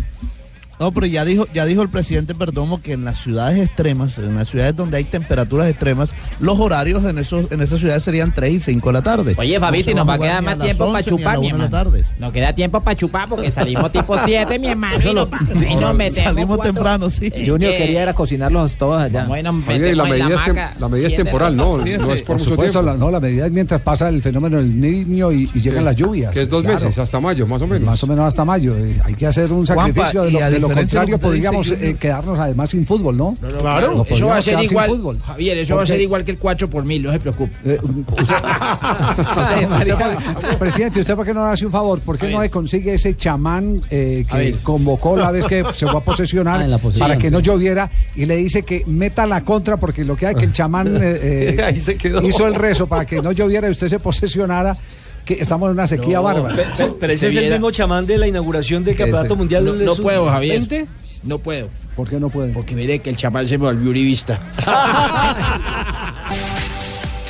No, pero ya dijo, ya dijo el presidente Perdomo que en las ciudades extremas, en las ciudades donde hay temperaturas extremas, los horarios en esos, en esas ciudades serían 3 y 5 de la tarde. Oye, Fabito, Fabiti, y nos va a quedar más tiempo para chupar, mi hermano. Nos queda tiempo para chupar porque salimos tipo 7, mi hermano. Eso y lo- nos va- y nos metemos Salimos cuatro. temprano, sí. Eh, Junior que- quería era cocinarlos todos allá. Bueno, Oye, y la medida, es, tem- la medida es temporal, no, Sí, no sí, es por mucho supuesto, tiempo. la, no, la medida es mientras pasa el fenómeno del niño y, y llegan Que- las lluvias. que es dos claro. meses, hasta mayo, más o menos. Más o menos hasta mayo. eh, Hay que hacer un Juanpa, sacrificio. de y lo, a de lo diferencia de contrario, lo que te dice podríamos eh, Junior- quedarnos además sin fútbol, ¿no? Nos pues eso va a podríamos ser quedar sin igual. fútbol. Javier, eso va a Porque- ser igual que el 4 por mil, no se preocupe. Eh, um, Presidente, ¿usted por qué no hace un favor? ¿Por qué no le consigue ese chamán eh, A que ver. convocó la vez que se fue a posesionar Ah, en la posesión, para que sí. no lloviera y le dice que meta la contra porque lo que hay que el chamán eh, eh, Ahí se quedó. hizo el rezo para que no lloviera y usted se posesionara? Que estamos en una sequía No, bárbara. pe- pe- pero ese Se es el viera. mismo chamán de la inauguración del Campeonato Mundial. No, de no Sub- puedo, Javier. 20. No puedo. ¿Por qué no puedo? Porque mire que el chaval se me volvió uribista.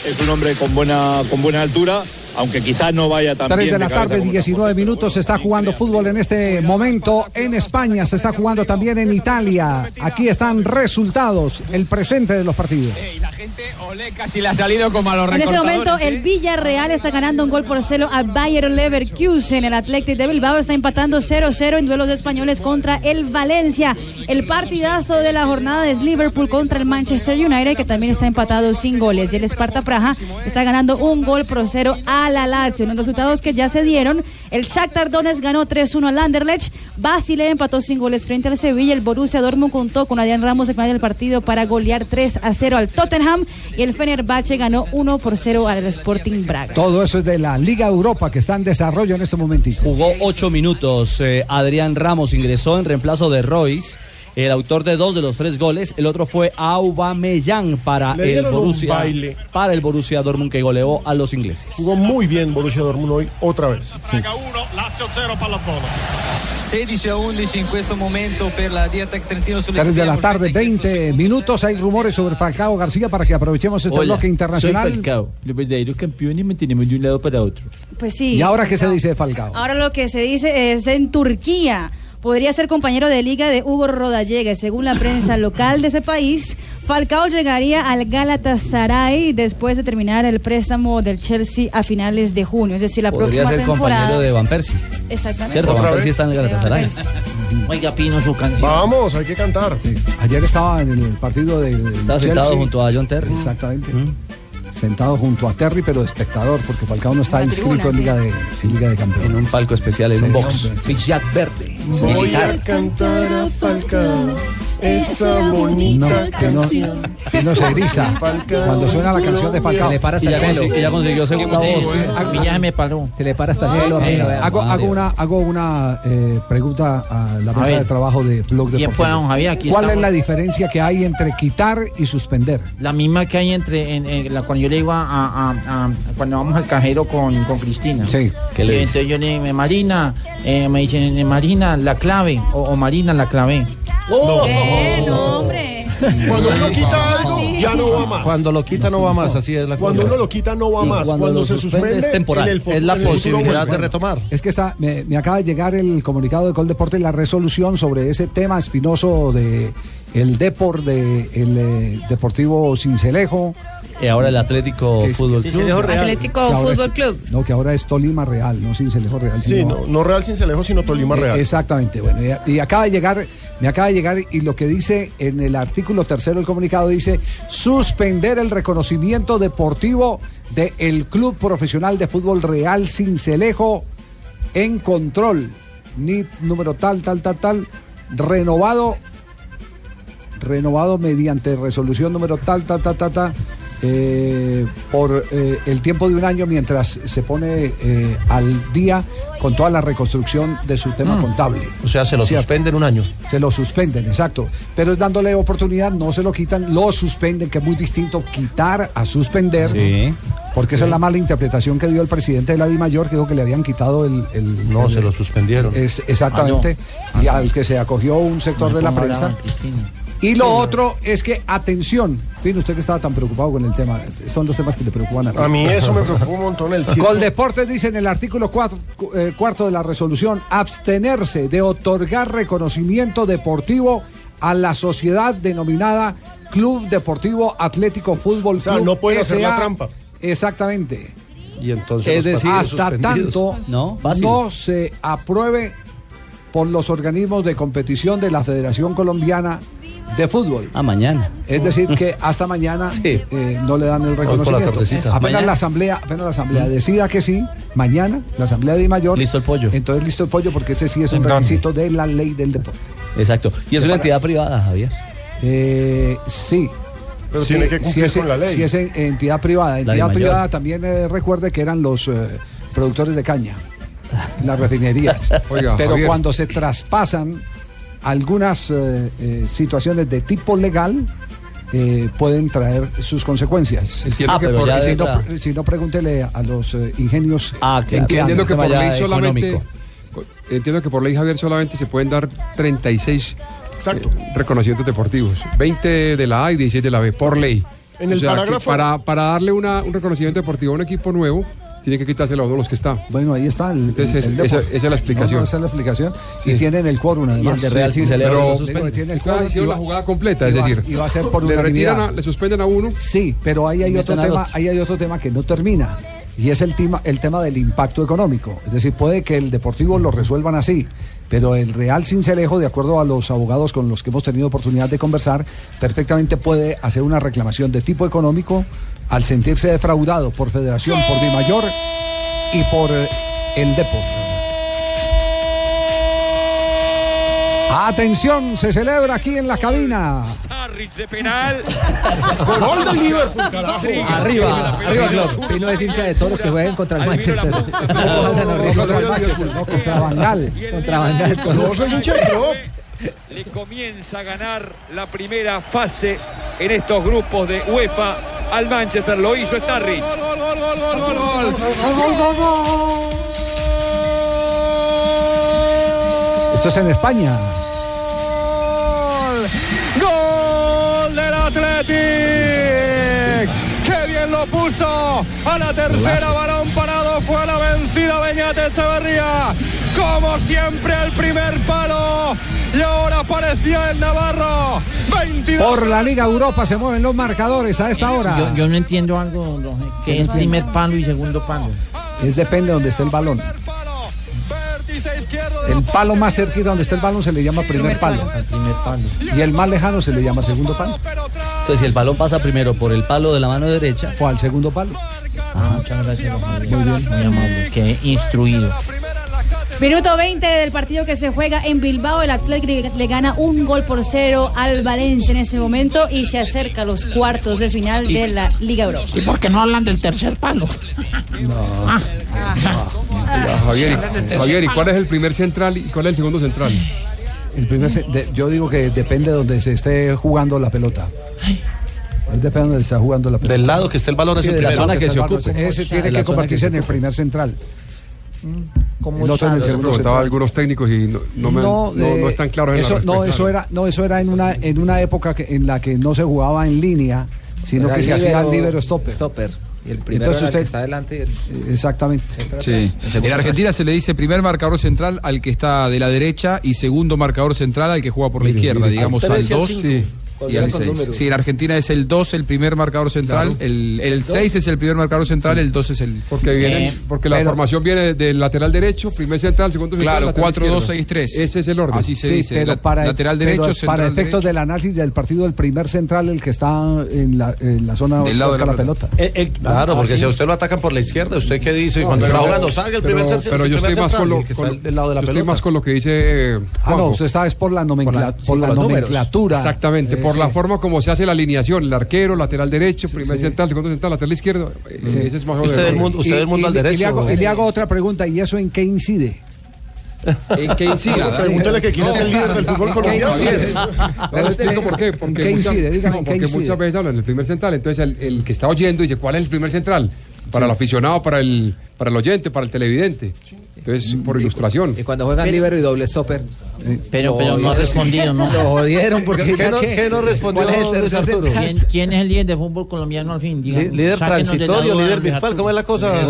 Es un hombre con buena, con buena altura, aunque quizás no vaya tan 3 bien. de la cabeza tarde, como- 19 minutos. Se está jugando fútbol en este momento en España. Se está jugando también en Italia. Aquí están resultados, el presente de los partidos. Casi le ha salido como a los En ese recortadores. momento, el Villarreal está ganando un gol por cero al Bayer Leverkusen. El Athletic de Bilbao está empatando 0-0 en duelos de españoles contra el Valencia. El partidazo de la jornada es Liverpool contra el Manchester United, que también está empatado sin goles. Y el Sparta Praja está ganando un gol por cero a la Lazio. En los resultados que ya se dieron, el Shakhtar Donetsk ganó 3-1 al Anderlecht. Basile empató sin goles frente al Sevilla. El Borussia Dortmund contó con Adrián Ramos al final del partido para golear 3-0 al Tottenham. Y el Fenerbahce ganó 1-0 al Sporting Braga. Todo eso es de la Liga Europa que está en desarrollo en este momentito. Jugó ocho minutos. eh, Adrián Ramos ingresó en reemplazo de Royce, el autor de dos de los tres goles. El otro fue Aubameyang para Le el dieron un Borussia, baile. para el Borussia Dortmund que goleó a los ingleses. Jugó muy bien Borussia Dortmund hoy, otra vez. Lazio 0 pallavolo. 16 a 11 in questo este momento per la Diatec Trentino sulle 3 de Spie. la tarde, 20 minutos. Hay rumores sobre Falcao García para que aprovechemos este bloque internacional. Soy Falcao, los verdaderos campeones mantenemos de un lado para otro. Pues sí. ¿Y ahora qué se Falcao. Ah, dice de Falcao? Ahora lo que se dice es en Turquía. Podría ser compañero de liga de Hugo Rodallega. Según la prensa local de ese país, Falcao llegaría al Galatasaray después de terminar el préstamo del Chelsea a finales de junio. Es decir, la Podría próxima ser temporada. compañero de Van Persie. Exactamente. ¿Cierto? Van Otra Persie vez. está en el Galatasaray. Oiga, Pino, su canción. Vamos, hay que cantar. Ayer estaba en el partido del. Chelsea. Estaba sentado junto a John Terry. Exactamente. Sentado junto a Terry, pero de espectador, porque Falcao no está En la inscrito tribuna, en Liga de, Liga de Campeones. En un palco especial, en un box. Jack Verde. Voy a cantar a Falcao esa bonita que no- canción. que no se eriza cuando suena la canción de Falcao. Se le para hasta Y el ya pelo. consi- ya consiguió segunda Qué voz. bonito, Ah, eh. ah, Se le para hasta el Ah, pelo. a Eh, Melo, vea. hago, hago una, hago una eh, pregunta a la A mesa ver. de trabajo de Blog Bien, Deportivo. pues, don Javier, aquí ¿Cuál es estamos. la diferencia que hay entre quitar y suspender? La misma que hay entre en, en la cuando yo le digo a, a- a- a- cuando vamos al cajero con, con Cristina. Sí. Y entonces yo le digo, Marina, eh, me dicen eh, Marina, la clave, o, o Marina, la clave. Oh, eh, no, hombre. Cuando uno quita Ah, algo, sí. ya no va más. Cuando lo quita no va más, así es la Cuando uno lo quita, no va Y más. cuando Cuando, lo se suspende, suspende, es temporal. en el fut- Es la en el futuro posibilidad vuelve. de retomar. Es que está, me, me acaba de llegar el comunicado de Coldeporte y la resolución sobre ese tema espinoso de el Depor, de el eh, Deportivo Cincelejo. Y ahora el Atlético que es- Fútbol Club. Atlético que ahora es- Fútbol Club. No, que ahora es Tolima Real, no Cincelejo Real. Sí, sino- no, no Real Cincelejo, sino Tolima Eh, Real. Exactamente, bueno, y, y acaba de llegar, me acaba de llegar y lo que dice en el artículo tercero del comunicado dice suspender el reconocimiento deportivo del Club Profesional de Fútbol Real Cincelejo en control, NIT número tal, tal, tal, tal, renovado, renovado mediante resolución número tal, tal, tal, tal, tal. eh, por eh, el tiempo de un año mientras se pone eh, al día con toda la reconstrucción de su tema contable. Mm. O sea, se lo Cierto. suspenden un año. Se lo suspenden, exacto. Pero es dándole oportunidad, no se lo quitan, lo suspenden, que es muy distinto quitar a suspender. Sí. Porque esa Sí. es la mala interpretación que dio el presidente de la DIMAYOR, que dijo que le habían quitado el... el- No, el- se lo suspendieron. es- exactamente. Y al que se acogió un sector de la prensa Y lo otro es que, atención, Pino, usted que estaba tan preocupado con el tema, son los temas que le preocupan a ti. A mí eso me preocupa un montón el circo. Coldeportes dice en el artículo cuatro- cu- eh, cuarto de la resolución, abstenerse de otorgar reconocimiento deportivo a la sociedad denominada Club Deportivo Atlético Fútbol sea, Club no pueden hacer la SA. trampa. Exactamente. Y entonces los Es decir, partidos Hasta suspendidos. tanto no, se apruebe por los organismos de competición de la Federación Colombiana de Fútbol. A mañana. Es decir, que hasta mañana eh, no le dan el por la reconocimiento. tardecita. apenas Mañana. la asamblea, apenas la asamblea decida que sí, mañana la asamblea de mayor. Mm. Listo el pollo. Entonces listo el pollo porque ese sí es un En grande. requisito de la ley del deporte. Exacto. Y es una entidad privada, Javier. Eh, sí. Pero Sí, tiene que cumplir si es, con la ley. Si es en- entidad privada. de Entidad mayor. privada también eh, recuerde que eran los eh, productores de caña, las refinerías. Oiga, Pero Javier. cuando se traspasan algunas eh, eh, situaciones de tipo legal, eh, pueden traer sus consecuencias. Es cierto Ah, que pero por- ya si, de no, verdad. Ah, pre- si no, pregúntele a los eh, ingenios. en qué Entiendo andan. que por ley solamente. Entiendo que por ley, Javier, solamente se pueden dar 36 eh, reconocimientos deportivos. 20 de la A y 16 de la B, por ley. En el O sea, que parágrafo- Para, para darle una, un reconocimiento deportivo a un equipo nuevo, tiene que quitárselo a uno de los que está. Bueno, ahí está. Entonces, es- esa, esa es la explicación. No, no, esa es la explicación. Sí. Y tienen el quórum, además. el de Real sin celebrar, Pero- lo suspenden. digo, tienen el Claro, quórum hicieron y va- la jugada completa, es y va- decir, y va a ser por le unanimidad. retiran a- le suspenden a uno. Sí, pero ahí hay Y otro meten al tema, otro. ahí hay otro tema que no termina. Y es el tema, el tema del impacto económico. Es decir, puede que el Deportivo lo resuelvan así, pero el Real Cincelejo, de acuerdo a los abogados con los que hemos tenido oportunidad de conversar, perfectamente puede hacer una reclamación de tipo económico al sentirse defraudado por Federación, por Dimayor y por eh, el Depor. Atención, se celebra aquí en la cabina. Harris de penal. Gol del Liverpool, carajo. Arriba, arriba, Klopp. Pino es hincha de todos los que juegan contra el Manchester. Contra el Manchester, no, contra Bangal. Contra Bangal. No, soy hincha de Klopp. Le comienza a ganar la primera fase en estos grupos de UEFA al Manchester. Lo hizo Starrich. Esto es en España. Gol del Athletic. Qué bien lo puso. A la tercera balón parado fue la vencida Beñate Echeverría. Como siempre el primer palo. Y ahora aparecía el Navarro. 22 Por la Liga Europa se mueven los marcadores a esta hora. Yo, yo no entiendo algo, don Jorge, que es primer palo y segundo palo. Es depende de donde esté el balón. El palo más cerquita donde está el balón se le llama primer palo. Y el más lejano se le llama segundo palo. Entonces, si el balón pasa primero por el palo de la mano derecha. O al segundo palo. Ah, muchas gracias, don Jorge. Muy bien, muy amable. Qué instruido. Minuto 20 del partido que se juega en Bilbao. El Atlético le gana un gol por cero al Valencia en ese momento y se acerca a los cuartos de final de la Liga Europa. ¿Y por qué no hablan del tercer palo? Oiga, Javier, y- Javier, ¿y cuál es el primer central y cuál es el segundo central? El primer se- de- yo digo que depende de donde se esté jugando la pelota. Es depende de donde se está jugando la pelota. Del lado que esté el balón es Sí, el de la primero. zona que que esté se el balón ocupe. es el- Ese de tiene la que zona convertirse que en se el primer central. Mm, El otro en el segundo preguntaba a algunos técnicos y no, no me- no- no eh, están claros eso, en la no, respuesta. eso era, no, eso era en una, en una época que- en la que no se jugaba en línea, sino Era que se líbero- hacía libero stopper. Stopper. Y el primero era el que está adelante. y el- Exactamente. Sí. En Argentina se le dice primer marcador central al que está de la derecha y segundo marcador central al que juega por la izquierda, digamos Al al tres y al 2 cinco. y Cuando al eran con 6. números. Sí, en Argentina es el 2 el primer marcador central, el El dos. 6 es el primer marcador central, el 2 es el... Eh, Porque, viene, porque la formación viene del lateral derecho, primer central, segundo Claro, central. lateral 4-2-6-3. izquierdo. Ese es el orden. Así se Sí, dice. pero la- para, lateral pero derecho, para central efectos del análisis del partido, el primer central, el que está en la, en la zona Del donde lado está de la la pelota. Claro, porque Ah, sí. si a usted lo atacan por la izquierda, ¿usted qué dice? Eh, No, Cuando pero- está jugando, salga el primer pero- central. Pero el yo primer estoy más central, con lo, el que está con- del lado de la yo estoy pelota. más con lo que dice. eh, Ah, no, Juanjo. usted está es por la, nomencla- por la los números. nomenclatura. Exactamente, Eh, por sí. la forma como se hace la alineación, el arquero, lateral derecho, primer central, segundo central, lateral izquierdo. eh, Mm. Ese es más o menos. Usted del mundo- usted del mundo al le- Y le, derecho, hago, ¿no? y le hago otra pregunta, ¿y eso en qué incide? ¿En qué incide? Pregúntale que quién es el líder del fútbol colombiano. Sí, es- Le explico por qué. Porque, ¿En qué muchas- incide? Dígame, ¿en qué porque incide? muchas veces hablan del primer central. Entonces, el, el que está oyendo dice: ¿Cuál es el primer central? Para el aficionado, para el, para el oyente, para el televidente. Entonces, por ilustración. Y cuando juegan libero y doble stopper, Pero, Lo pero no ha jodieron. respondido, ¿no? Lo jodieron porque ya que- ¿Cuál es el tercer central? ¿Quién, quién es el líder de fútbol colombiano al fin? Díganos, líder sáquenos de la transitorio, duda, líder don virtual, Arturo. ¿cómo es la cosa? Mire, eso-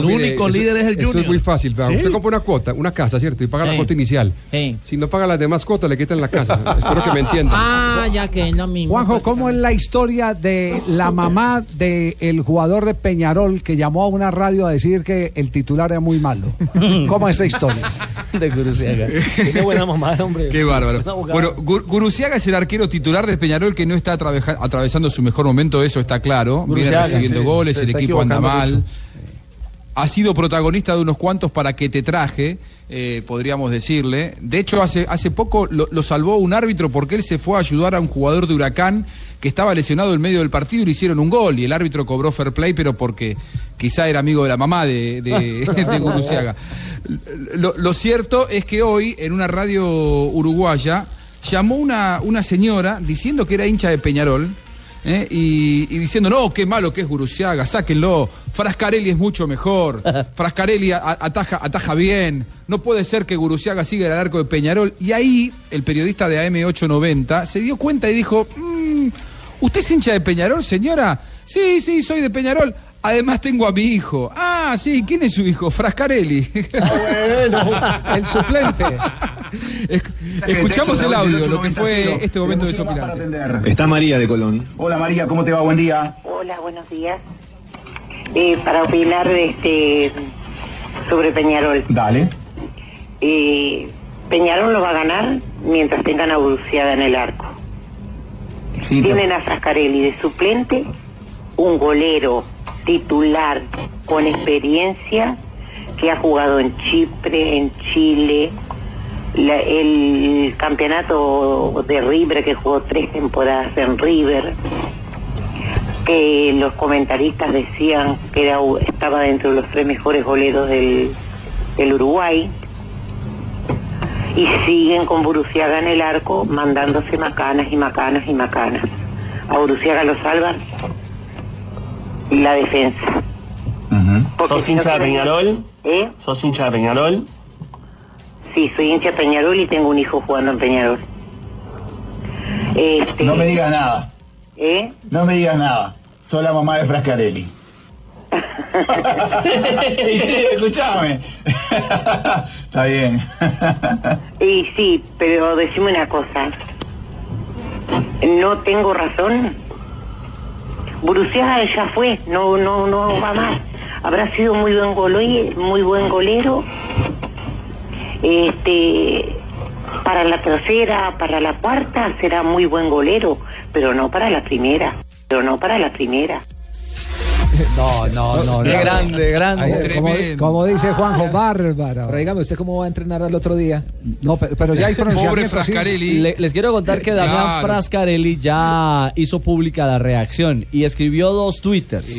eso es muy fácil. vea, ¿Sí? Usted compra una cuota, una casa, ¿cierto? Y paga la Sí. cuota inicial. Sí. Si no paga las demás cuotas, le quitan la casa. Espero que me entiendan. Ah, ya que es lo mismo. Juanjo, ¿cómo es la historia de la mamá del jugador de Peñarol que llamó a una radio a decir que el titular era muy malo? ¿Cómo es esa historia? De Guruciaga. Qué buena mamá, hombre. Qué bárbaro. Una abogada. Bueno, Gur- Guruciaga es el arquero titular de Peñarol que no está atraveja- atravesando su mejor momento, eso está claro. Viene Guruciaga, recibiendo sí, goles, se el está equipo anda equivocando mal. mucho. Ha sido protagonista de unos cuantos para que te traje, eh, podríamos decirle. De hecho, hace, hace poco lo, lo salvó un árbitro porque él se fue a ayudar a un jugador de Huracán que estaba lesionado en medio del partido y le hicieron un gol. Y el árbitro cobró fair play, pero porque quizá era amigo de la mamá de, de, de Guruciaga. Lo, lo cierto es que hoy, en una radio uruguaya, llamó una, una señora diciendo que era hincha de Peñarol. ¿eh? Y, y diciendo, no, qué malo que es Guruciaga, sáquenlo, Frascarelli es mucho mejor, Frascarelli a- a- ataja, ataja bien, no puede ser que Guruciaga siga en el arco de Peñarol. Y ahí el periodista de AM890 se dio cuenta y dijo, "Mm, ¿usted es hincha de Peñarol, señora? Sí, sí, soy de Peñarol. Además tengo a mi hijo. Ah, sí, ¿quién es su hijo? Frascarelli. el suplente. Escuchamos el audio, lo que fue este momento desopilante. Está María de Colón. Hola María, ¿cómo te va? Buen día. Hola, buenos días. Eh, para opinar este, sobre Peñarol. Dale. Eh, Peñarol lo va a ganar mientras tengan a Bruciaga en el arco. Sí, Tienen a Frascarelli de suplente, un golero titular con experiencia que ha jugado en Chipre, en Chile, la- el campeonato de River que jugó tres temporadas en River, que los comentaristas decían que era u- estaba dentro de los tres mejores goleros del, del Uruguay. Y siguen con Buruciaga en el arco, mandándose macanas y macanas y macanas. A Buruciaga lo salvan la defensa. ¿Sos hincha de Peñarol? ¿Eh? ¿Sos hincha de Peñarol? Sí, soy hincha de Peñarol y tengo un hijo jugando en Peñarol. Este, No me digas nada. ¿Eh? No me digas nada. Soy la mamá de Frascarelli. Y sí, escuchame. Está bien. Y sí, pero decime una cosa. No tengo razón. Bruciaga ya fue, no, no, no va más. Habrá sido muy buen golero, muy buen golero. Este, para la tercera, para la cuarta será muy buen golero, pero no para la primera, pero no para la primera. No, no, no. Qué no. grande, grande. Como, como dice Juanjo, bárbara. Pero dígame, ¿usted cómo va a entrenar al otro día? No, pero, pero ya hay pronunciamiento. sí. Le- les quiero contar que Damián Claro. Frascarelli ya hizo pública la reacción y escribió dos twitters.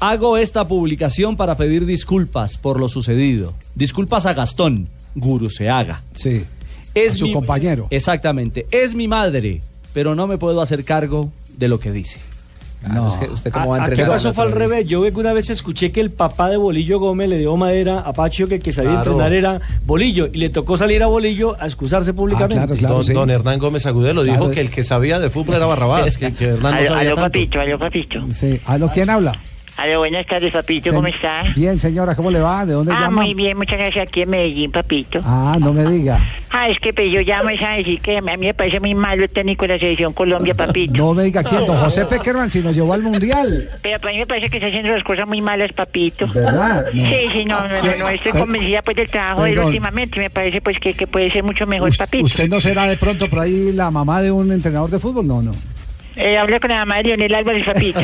Hago esta publicación para pedir disculpas por lo sucedido. Disculpas a Gastón, guru se haga. Sí. Es A su compañero. Exactamente. Es mi madre, pero no me puedo hacer cargo de lo que dice. Ah, Ah, No, es que usted cómo va a entrenar Aquí al pasó otro fue al día? revés. Yo una vez escuché que el papá de Bolillo Gómez le dio madera a Pacho que el que sabía Claro. entrenar era Bolillo y le tocó salir a Bolillo a excusarse Ah, públicamente. don, don Hernán Gómez Agudelo dijo que el que sabía de fútbol era Barrabás, que, que Hernán no Aló, sabía aló, tanto. papicho, aló, papicho. Sí. ¿Aló, quién habla? eh, Aló, buenas tardes, papito, ¿cómo Señ- está? Bien, señora, ¿cómo le va? ¿De dónde Ah, llama? muy bien, muchas gracias, aquí en Medellín, papito. Ah, no me diga. Ah, es que pues, yo llamo es a decir que a mí me parece muy malo el técnico de la selección Colombia, papito. No me diga quién, don José Peckerman, si nos llevó al Mundial. Pero para mí me parece que está haciendo las cosas muy malas, papito. ¿Verdad? No. Sí, sí, no, no, no, no, estoy Pe- convencida pues del trabajo de él Perdón. últimamente, me parece pues que, que puede ser mucho mejor, papito. ¿Usted no será de pronto por ahí la mamá de un entrenador de fútbol? No, no. Eh, habla con la mamá de Leonel Álvarez, papito.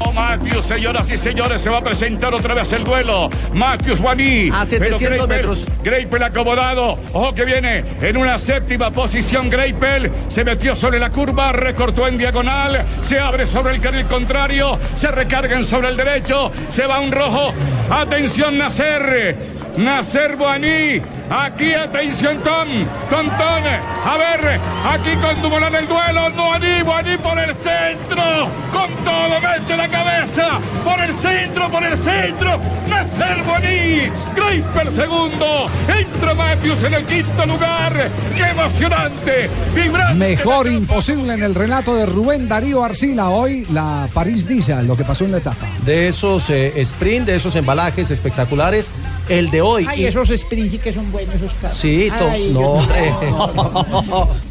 Oh, Matthews, señoras y señores, se va a presentar otra vez el duelo. Matthews Guaní. A 700 metros. Greipel acomodado. Ojo que viene en una séptima posición. Greipel se metió sobre la curva, recortó en diagonal, se abre sobre el carril contrario, se recargan sobre el derecho, se va un rojo. Atención, Nacer. Nasser Boaní. Aquí atención Tom, con Tom. A ver, aquí con Dumoulin el duelo. Boaní, Boaní por el centro. Con todo, mete la cabeza. Por el centro, por el centro. Nasser Boaní. Graper segundo. Entra Matthews en el quinto lugar. ¡Qué emocionante! Vibrante. Mejor imposible en el relato de Rubén Darío Arcila. Hoy la París-Niza, lo que pasó en la etapa. De esos eh, sprint, de esos embalajes espectaculares, el de hoy. Ay, Y- esos sprints sí que son buenos esos carros. Sí, to- Ay, no, Dios mío. eh,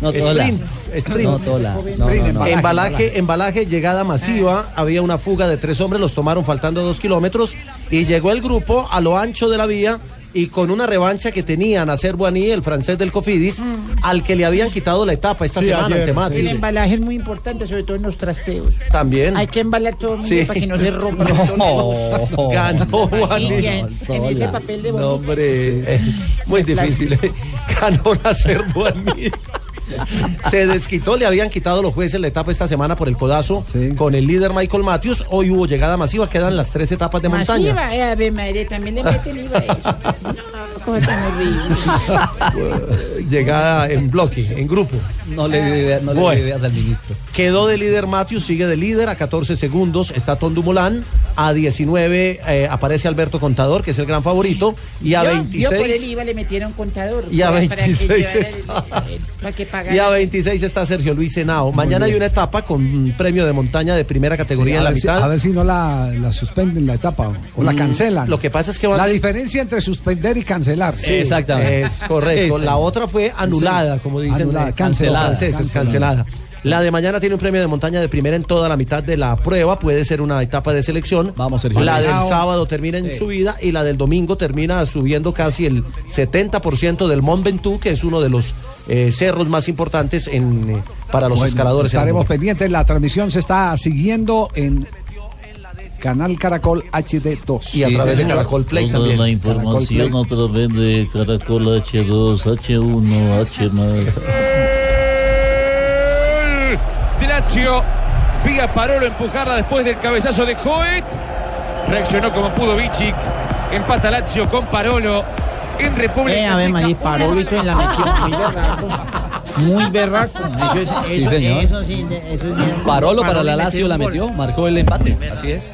No, Tola. sprints, No, sprints. Tola. No, no, no. Embalaje, embalaje, embalaje, llegada masiva. Había una fuga de tres hombres, los tomaron faltando dos kilómetros y llegó el grupo a lo ancho de la vía y con una revancha que tenían a Boaní, el francés del Cofidis, Mm. al que le habían quitado la etapa esta Sí, semana ayer, ante Matis. El embalaje es muy importante, sobre todo en los trasteos. También. Hay que embalar todo muy Sí. bien para que no se rompa. No, ganó Guaní. Vainilla, en- en ese papel de No, hombre, eh, muy difícil. Ganó Nacer Boaní. Se desquitó, le habían quitado los jueces la etapa esta semana por el codazo con el líder Michael Matthews. Hoy hubo llegada masiva, quedan las tres etapas de montaña. Masiva, eh, Ave María, también le meten IVA a eso. No, cosa tan horrible. Eh, Llegada en bloque, en grupo. No le dio idea- no le dio Bueno. ideas al ministro. Quedó de líder Matthews, sigue de líder a 14 segundos, está Tom Dumoulin, a 19 eh, aparece Alberto Contador, que es el gran favorito, y a Yo- Yo por el 26 IVA le metieron contador. Y a para- para que 26 llevara el- el- Para que pagara. y a 26 está Sergio Luis Senao. Mañana hay una etapa con un premio de montaña de primera categoría Sí, a en la ver si- mitad. a ver si no la, la suspenden la etapa o, o la Mm, cancelan. lo que pasa es que van- La diferencia entre suspender y cancelar. Sí, Exactamente. es correcto. La otra fue anulada, como dicen Anulada, los cancelada, franceses, cancelada. cancelada. La de mañana tiene un premio de montaña de primera en toda la mitad de la prueba, puede ser una etapa de selección. Vamos, La del Vamos. sábado termina en Sí. subida y la del domingo termina subiendo casi el 70% del Mont Ventoux, que es uno de los eh, cerros más importantes en, eh, para los Bueno, escaladores. en el Estaremos mundo. pendientes. La transmisión se está siguiendo en Canal Caracol HD2. Y a través de Caracol Play Toda también. la Caracol Play. información a través de Caracol H2, H1, H Lazio. Vía Parolo empujarla después del cabezazo de Joet. Reaccionó como pudo Vichic. Empata Lazio con Parolo en República Eh, a ver, Checa. María, Parolito en la metió. Muy berraco. Muy berraco. Eso es, eso, Sí, señor. Eso, sí, de- eso es bien. Parolo para la le Lazio la un gol. metió, marcó el empate. Así es.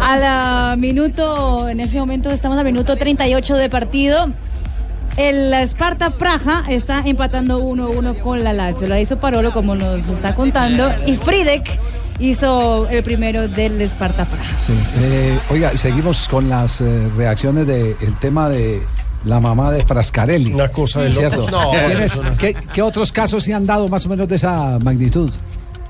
Al ah, minuto, en ese momento estamos al minuto 38 de partido. El Sparta Praja está empatando 1-1 con la Lazio. La hizo Parolo, como nos está contando. Y Fridek hizo el primero del Sparta Praja. Sí. Eh, oiga, seguimos con las eh, reacciones del tema de la mamá de Frascarelli. Una cosa de ¿Cierto? locos. No, ¿Tienes- eso no. qué, qué otros casos se han dado más o menos de esa magnitud?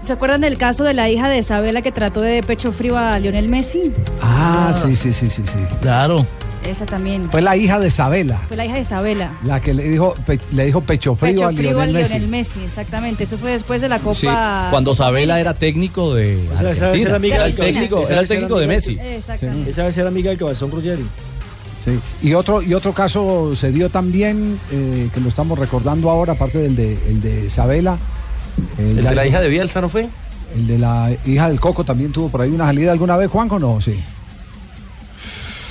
¿Se acuerdan del caso de la hija de Isabela que trató de pecho frío a Lionel Messi? Ah, sí, sí, sí, sí, sí. Claro. Esa también. Fue la hija de Isabela, Fue la hija de Isabela. la que le dijo, pe- le dijo pecho frío, Pecho a frío a Lionel Messi. Lionel Messi, exactamente. Eso fue después de la Copa. Sí, cuando Sabela era técnico de sea, esa vez Argentina. era amiga Era el del Cabezón. técnico, Esa era el vez era técnico de amiga del Messi. Exactamente. Esa vez era amiga del cabezón Ruggeri. Sí. Y otro, y otro caso se dio también, eh, que lo estamos recordando ahora, aparte del de, el de Isabela. eh, ¿El ya de la digo- hija de Bielsa no fue? El de la hija del Coco también tuvo por ahí una salida alguna vez, Juanjo, ¿no? Sí.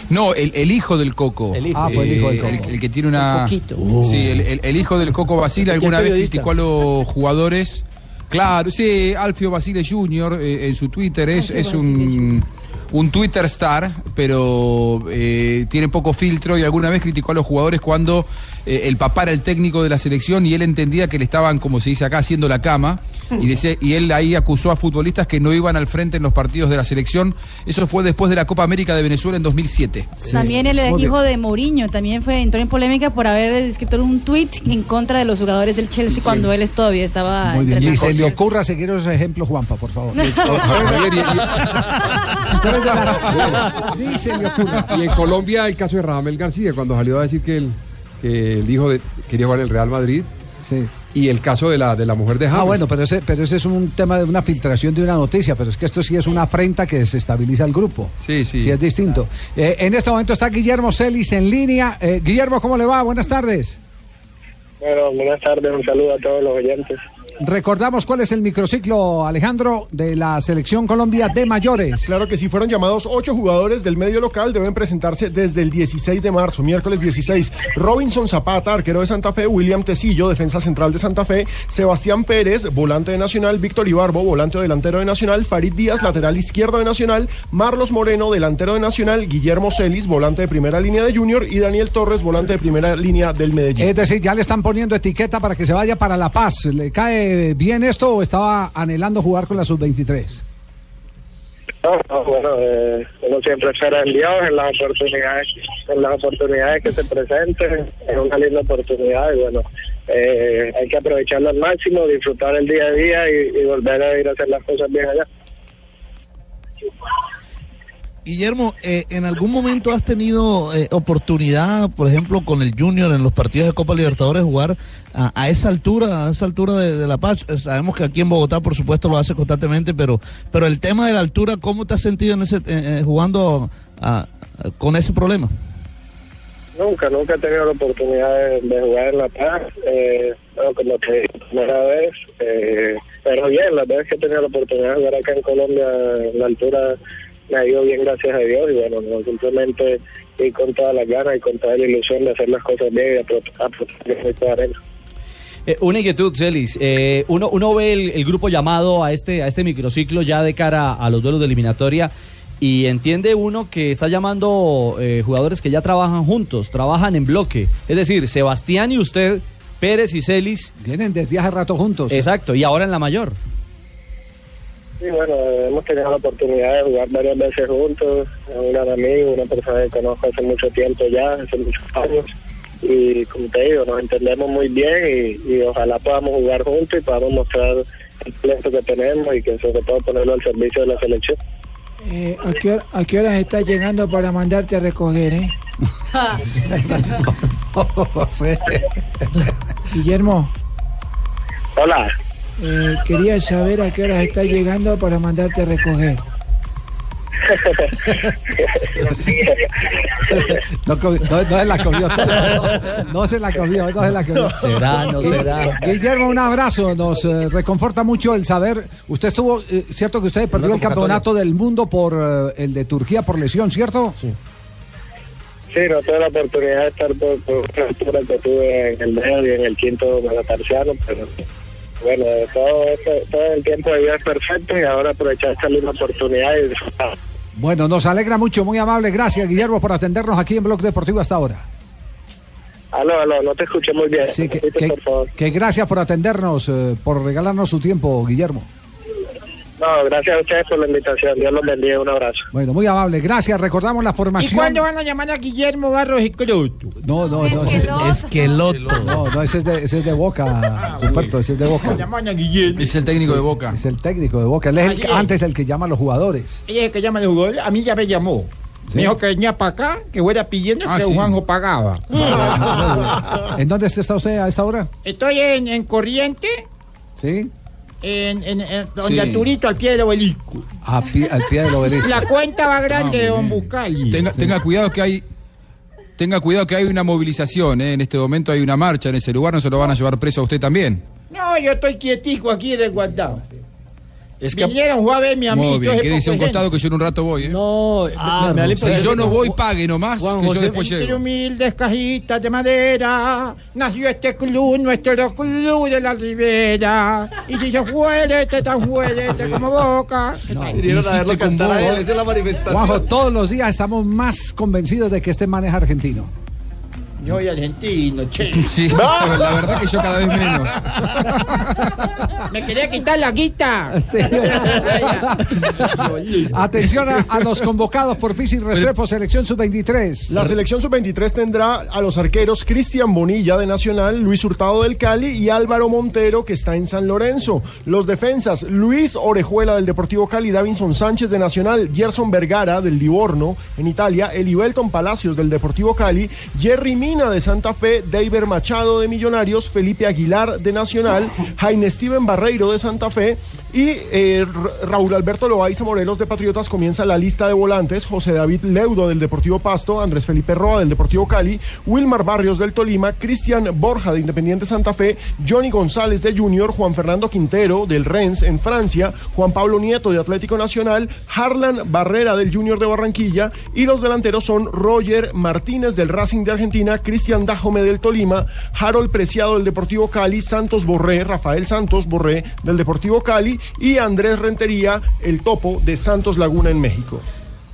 No, el, el hijo del Coco. El hijo. Ah, fue el hijo del Eh, Coco. que tiene una. El Coquito. Sí, el, el- el hijo del Coco Basile Ya es alguna vez periodista. criticó a los jugadores. Claro, sí, Alfio Basile Jr. eh, en su Twitter es, es un. Un Twitter star, pero eh, tiene poco filtro y alguna vez criticó a los jugadores cuando eh, el papá era el técnico de la selección y él entendía que le estaban, como se dice acá, haciendo la cama. Y, decía- y él ahí acusó a futbolistas que no iban al frente en los partidos de la selección. Eso fue después de la Copa América de Venezuela en 2007. También el hijo de Mourinho también fue entró en polémica por haber escrito un tweet en contra de los jugadores del Chelsea cuando él es- todavía estaba Muy bien. entrenando. Y se le ocurra seguir esos ejemplos, Juanpa, por favor. Ah, Y en Colombia el caso de Ramel García, cuando salió a decir que el, que el hijo de, quería jugar en el Real Madrid. Y el caso de la, de la mujer de James. Ah, bueno, pero ese, pero ese es un tema de una filtración de una noticia, pero es que esto sí es una afrenta que desestabiliza el grupo. Sí, sí. Sí, es distinto. Eh, en este momento está Guillermo Celis en línea. Eh, Guillermo, ¿cómo le va? Buenas tardes. Bueno, buenas tardes, un saludo a todos los oyentes. Recordamos cuál es el microciclo, Alejandro, de la Selección Colombia de Mayores. Claro que si fueron llamados ocho jugadores del medio local, deben presentarse desde el 16 de marzo, miércoles 16. Robinson Zapata, arquero de Santa Fe, William Tecillo, defensa central de Santa Fe, Sebastián Pérez, volante de Nacional, Víctor Ibarbo, volante o delantero de Nacional, Farid Díaz, lateral izquierdo de Nacional, Marlos Moreno, delantero de Nacional, Guillermo Celis, volante de primera línea de Junior y Daniel Torres, volante de primera línea del Medellín. Es decir, ya le están poniendo etiqueta para que se vaya para La Paz. ¿Le cae bien esto o estaba anhelando jugar con la sub-23? No, no, bueno, eh, uno siempre espera en Dios, en las oportunidades, en las oportunidades que se presenten, es una linda oportunidad y bueno, eh, hay que aprovecharlo al máximo, disfrutar el día a día y, y volver a ir a hacer las cosas bien allá. Guillermo, eh, ¿en algún momento has tenido eh, oportunidad, por ejemplo, con el Junior en los partidos de Copa Libertadores, jugar a, a esa altura, a esa altura de, de La Paz? Eh, Sabemos que aquí en Bogotá, por supuesto, lo hace constantemente, pero, pero el tema de la altura, ¿cómo te has sentido en ese, eh, jugando a- a- con ese problema? Nunca, nunca he tenido la oportunidad de, de jugar en La Paz, eh, bueno, como te dije, primera vez, eh, pero bien, las veces que he tenido la oportunidad de jugar acá en Colombia, en la altura me ha ido bien, gracias a Dios, y bueno, no, simplemente ir con todas las ganas y con toda la ilusión de hacer las cosas bien y apro- aprovechar esta arena. Eh, una inquietud, Celis. Eh, uno, uno ve el, el grupo llamado a este, a este microciclo ya de cara a los duelos de eliminatoria y entiende uno que está llamando eh, jugadores que ya trabajan juntos, trabajan en bloque. Es decir, Sebastián y usted, Pérez y Celis. Vienen desde hace rato juntos. Exacto, y ahora en la mayor. Y bueno, eh, hemos tenido la oportunidad de jugar varias veces juntos, es un gran amigo, una persona que conozco hace mucho tiempo ya, hace muchos años, y como te digo, nos entendemos muy bien y, y ojalá podamos jugar juntos y podamos mostrar el talento que tenemos y que sobre todo ponerlo al servicio de la selección. Eh, ¿a, qué hora, ¿A qué horas estás llegando para mandarte a recoger, eh? Oh, Guillermo, Hola, eh, quería saber a qué horas estás llegando para mandarte a recoger. No, co- no- no se la comió todo. No, se la comió, no se la comió. Será, no será. Guillermo, un abrazo. Nos eh, reconforta mucho el saber. Usted estuvo, eh, cierto que usted perdió el convocatoria. campeonato del mundo por eh, el de Turquía por lesión, ¿cierto? Sí. sí, no tuve la oportunidad de estar por, por la altura que tuve en el medio y en el quinto metatarsiano, pero bueno, todo, esto- todo el tiempo de vida es perfecto y ahora aprovechar esta linda oportunidad y disfrutar. Bueno, nos alegra mucho, muy amable. Gracias, Guillermo, por atendernos aquí en Blog Deportivo hasta ahora. Aló, aló, no te escuché muy bien. Sí, que, Repite, que- por favor. que gracias por atendernos, eh, por regalarnos su tiempo, Guillermo. No, gracias a ustedes por la invitación. Dios los bendiga. Un abrazo. Bueno, muy amable, gracias. Recordamos la ¿Y formación. cuándo van a llamar a Guillermo Barros y Cruz? No, no, no. Esqueloto. No, no, ese es de, ese es de Boca, Ah, Ruperto, ese es de Boca. Es el técnico de Boca. Es el técnico de Boca. Él es el, Así es. antes el que llama a los jugadores. Ella es el que llama a los jugadores, a mí ya me llamó. Me dijo que venía para acá, que fuera pidiendo Ah, que sí. Juanjo pagaba. ¿En dónde está usted a esta hora? Estoy en, en Corriente, ¿Sí? en, en, en- donde Sí. Arturito, al pie del obelisco. A pie- al pie del obelisco. La cuenta va grande, Ah, muy don bien. Buscali. Tenga, tenga cuidado que hay. Tenga cuidado que hay una movilización, ¿eh? en este momento hay una marcha en ese lugar, no se lo van a llevar preso a usted también. No, yo estoy quietico aquí resguardado. Es Vinieron a ver mi amigo. Muy bien, entonces que dice a un poco costado gente. que yo en un rato voy, ¿eh? No, me- me da la si impresión yo que- no voy, pague nomás, Juan que yo José después Entre llego. humildes cajitas de madera nació este club, nuestro club de la ribera. Y si se fuérete tan Ah, fuérete como boca. Vinieron a verlo cantar a él, esa es la manifestación. Juanjo, todos los días estamos más convencidos de que este man es argentino. Yo soy argentino, che. Sí, pero la verdad que yo cada vez menos. Me quería quitar la guita. Atención a, a los convocados por Fisi Restrepo, selección sub-23. La selección sub-23 tendrá a los arqueros Cristian Bonilla de Nacional, Luis Hurtado del Cali y Álvaro Montero que está en San Lorenzo. Los defensas Luis Orejuela del Deportivo Cali, Davinson Sánchez de Nacional, Gerson Vergara del Livorno en Italia, Elibelton Palacios del Deportivo Cali, Jerry Mina de Santa Fe, David Machado de Millonarios, Felipe Aguilar de Nacional, Jaime Steven Barreto Barreiro de Santa Fe y eh, Ra- Raúl Alberto Loaiza Morelos de Patriotas comienza la lista de volantes, José David Leudo del Deportivo Pasto, Andrés Felipe Roa del Deportivo Cali, Wilmar Barrios del Tolima, Cristian Borja de Independiente Santa Fe, Johnny González de Junior, Juan Fernando Quintero del Rennes en Francia, Juan Pablo Nieto de Atlético Nacional, Harlan Barrera del Junior de Barranquilla y los delanteros son Roger Martínez del Racing de Argentina, Cristian Dajome del Tolima, Harold Preciado del Deportivo Cali, Santos Borré, Rafael Santos Borré del Deportivo Cali y Andrés Rentería, el topo de Santos Laguna en México.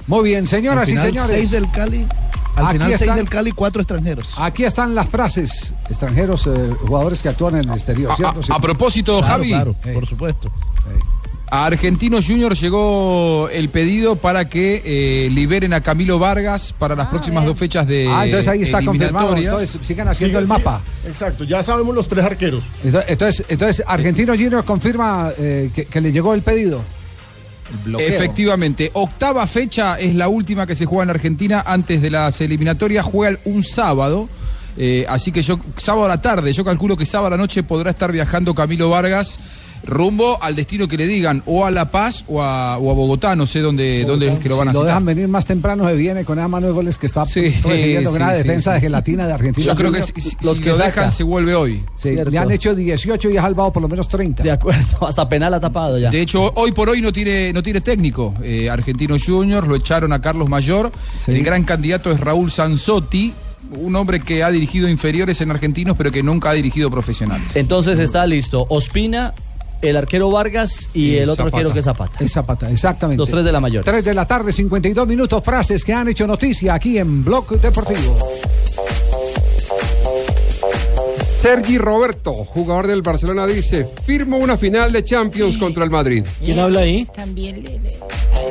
Muy bien, señoras Al final, y señores. seis del Cali. Al final, seis del Cali, cuatro extranjeros. Aquí están las frases. Extranjeros, eh, jugadores que actúan en el exterior, A- ¿cierto? a- Sí. a propósito, Claro, Javi. claro. Por supuesto. A Argentinos Junior llegó el pedido para que eh, liberen a Camilo Vargas para Ah, las próximas dos fechas de Ah, entonces ahí está confirmado. eliminatorias. Entonces sigan haciendo el Sigue, mapa. sí, Exacto, ya sabemos los tres arqueros. Entonces, entonces, entonces, Argentino Junior confirma eh, que, que le llegó el pedido. bloqueo. Efectivamente, octava fecha es la última que se juega en Argentina antes de las eliminatorias, juega un sábado. eh, así que yo, sábado a la tarde, yo calculo que sábado a la noche podrá estar viajando Camilo Vargas rumbo al destino que le digan, o a La Paz o a, o a Bogotá, no sé dónde, dónde es que lo van a Si lo citar. dejan venir más temprano, se viene con esa mano de goles que está recibiendo sí, gran sí, defensa sí. de gelatina de Argentina. Yo creo que Junior. si, si- si lo dejan se vuelve hoy. Sí, le han hecho 18 y ha salvado por lo menos 30. De acuerdo, hasta penal ha tapado ya. De hecho, hoy por hoy no tiene, no tiene técnico. Eh, Argentino Juniors lo echaron a Carlos Mayor. El gran candidato es Raúl Sanzotti, un hombre que ha dirigido inferiores en argentinos, pero que nunca ha dirigido profesionales. Entonces está listo Ospina, el arquero Vargas y, Y el otro Zapata. arquero que es Zapata. Es Zapata, exactamente. Los tres de la mayor. 3 de la tarde, 52 minutos, frases que han hecho noticia aquí en Blog Deportivo. Sergi Roberto, jugador del Barcelona, dice, firmo una final de Champions contra el Madrid. ¿Quién habla ahí? También le.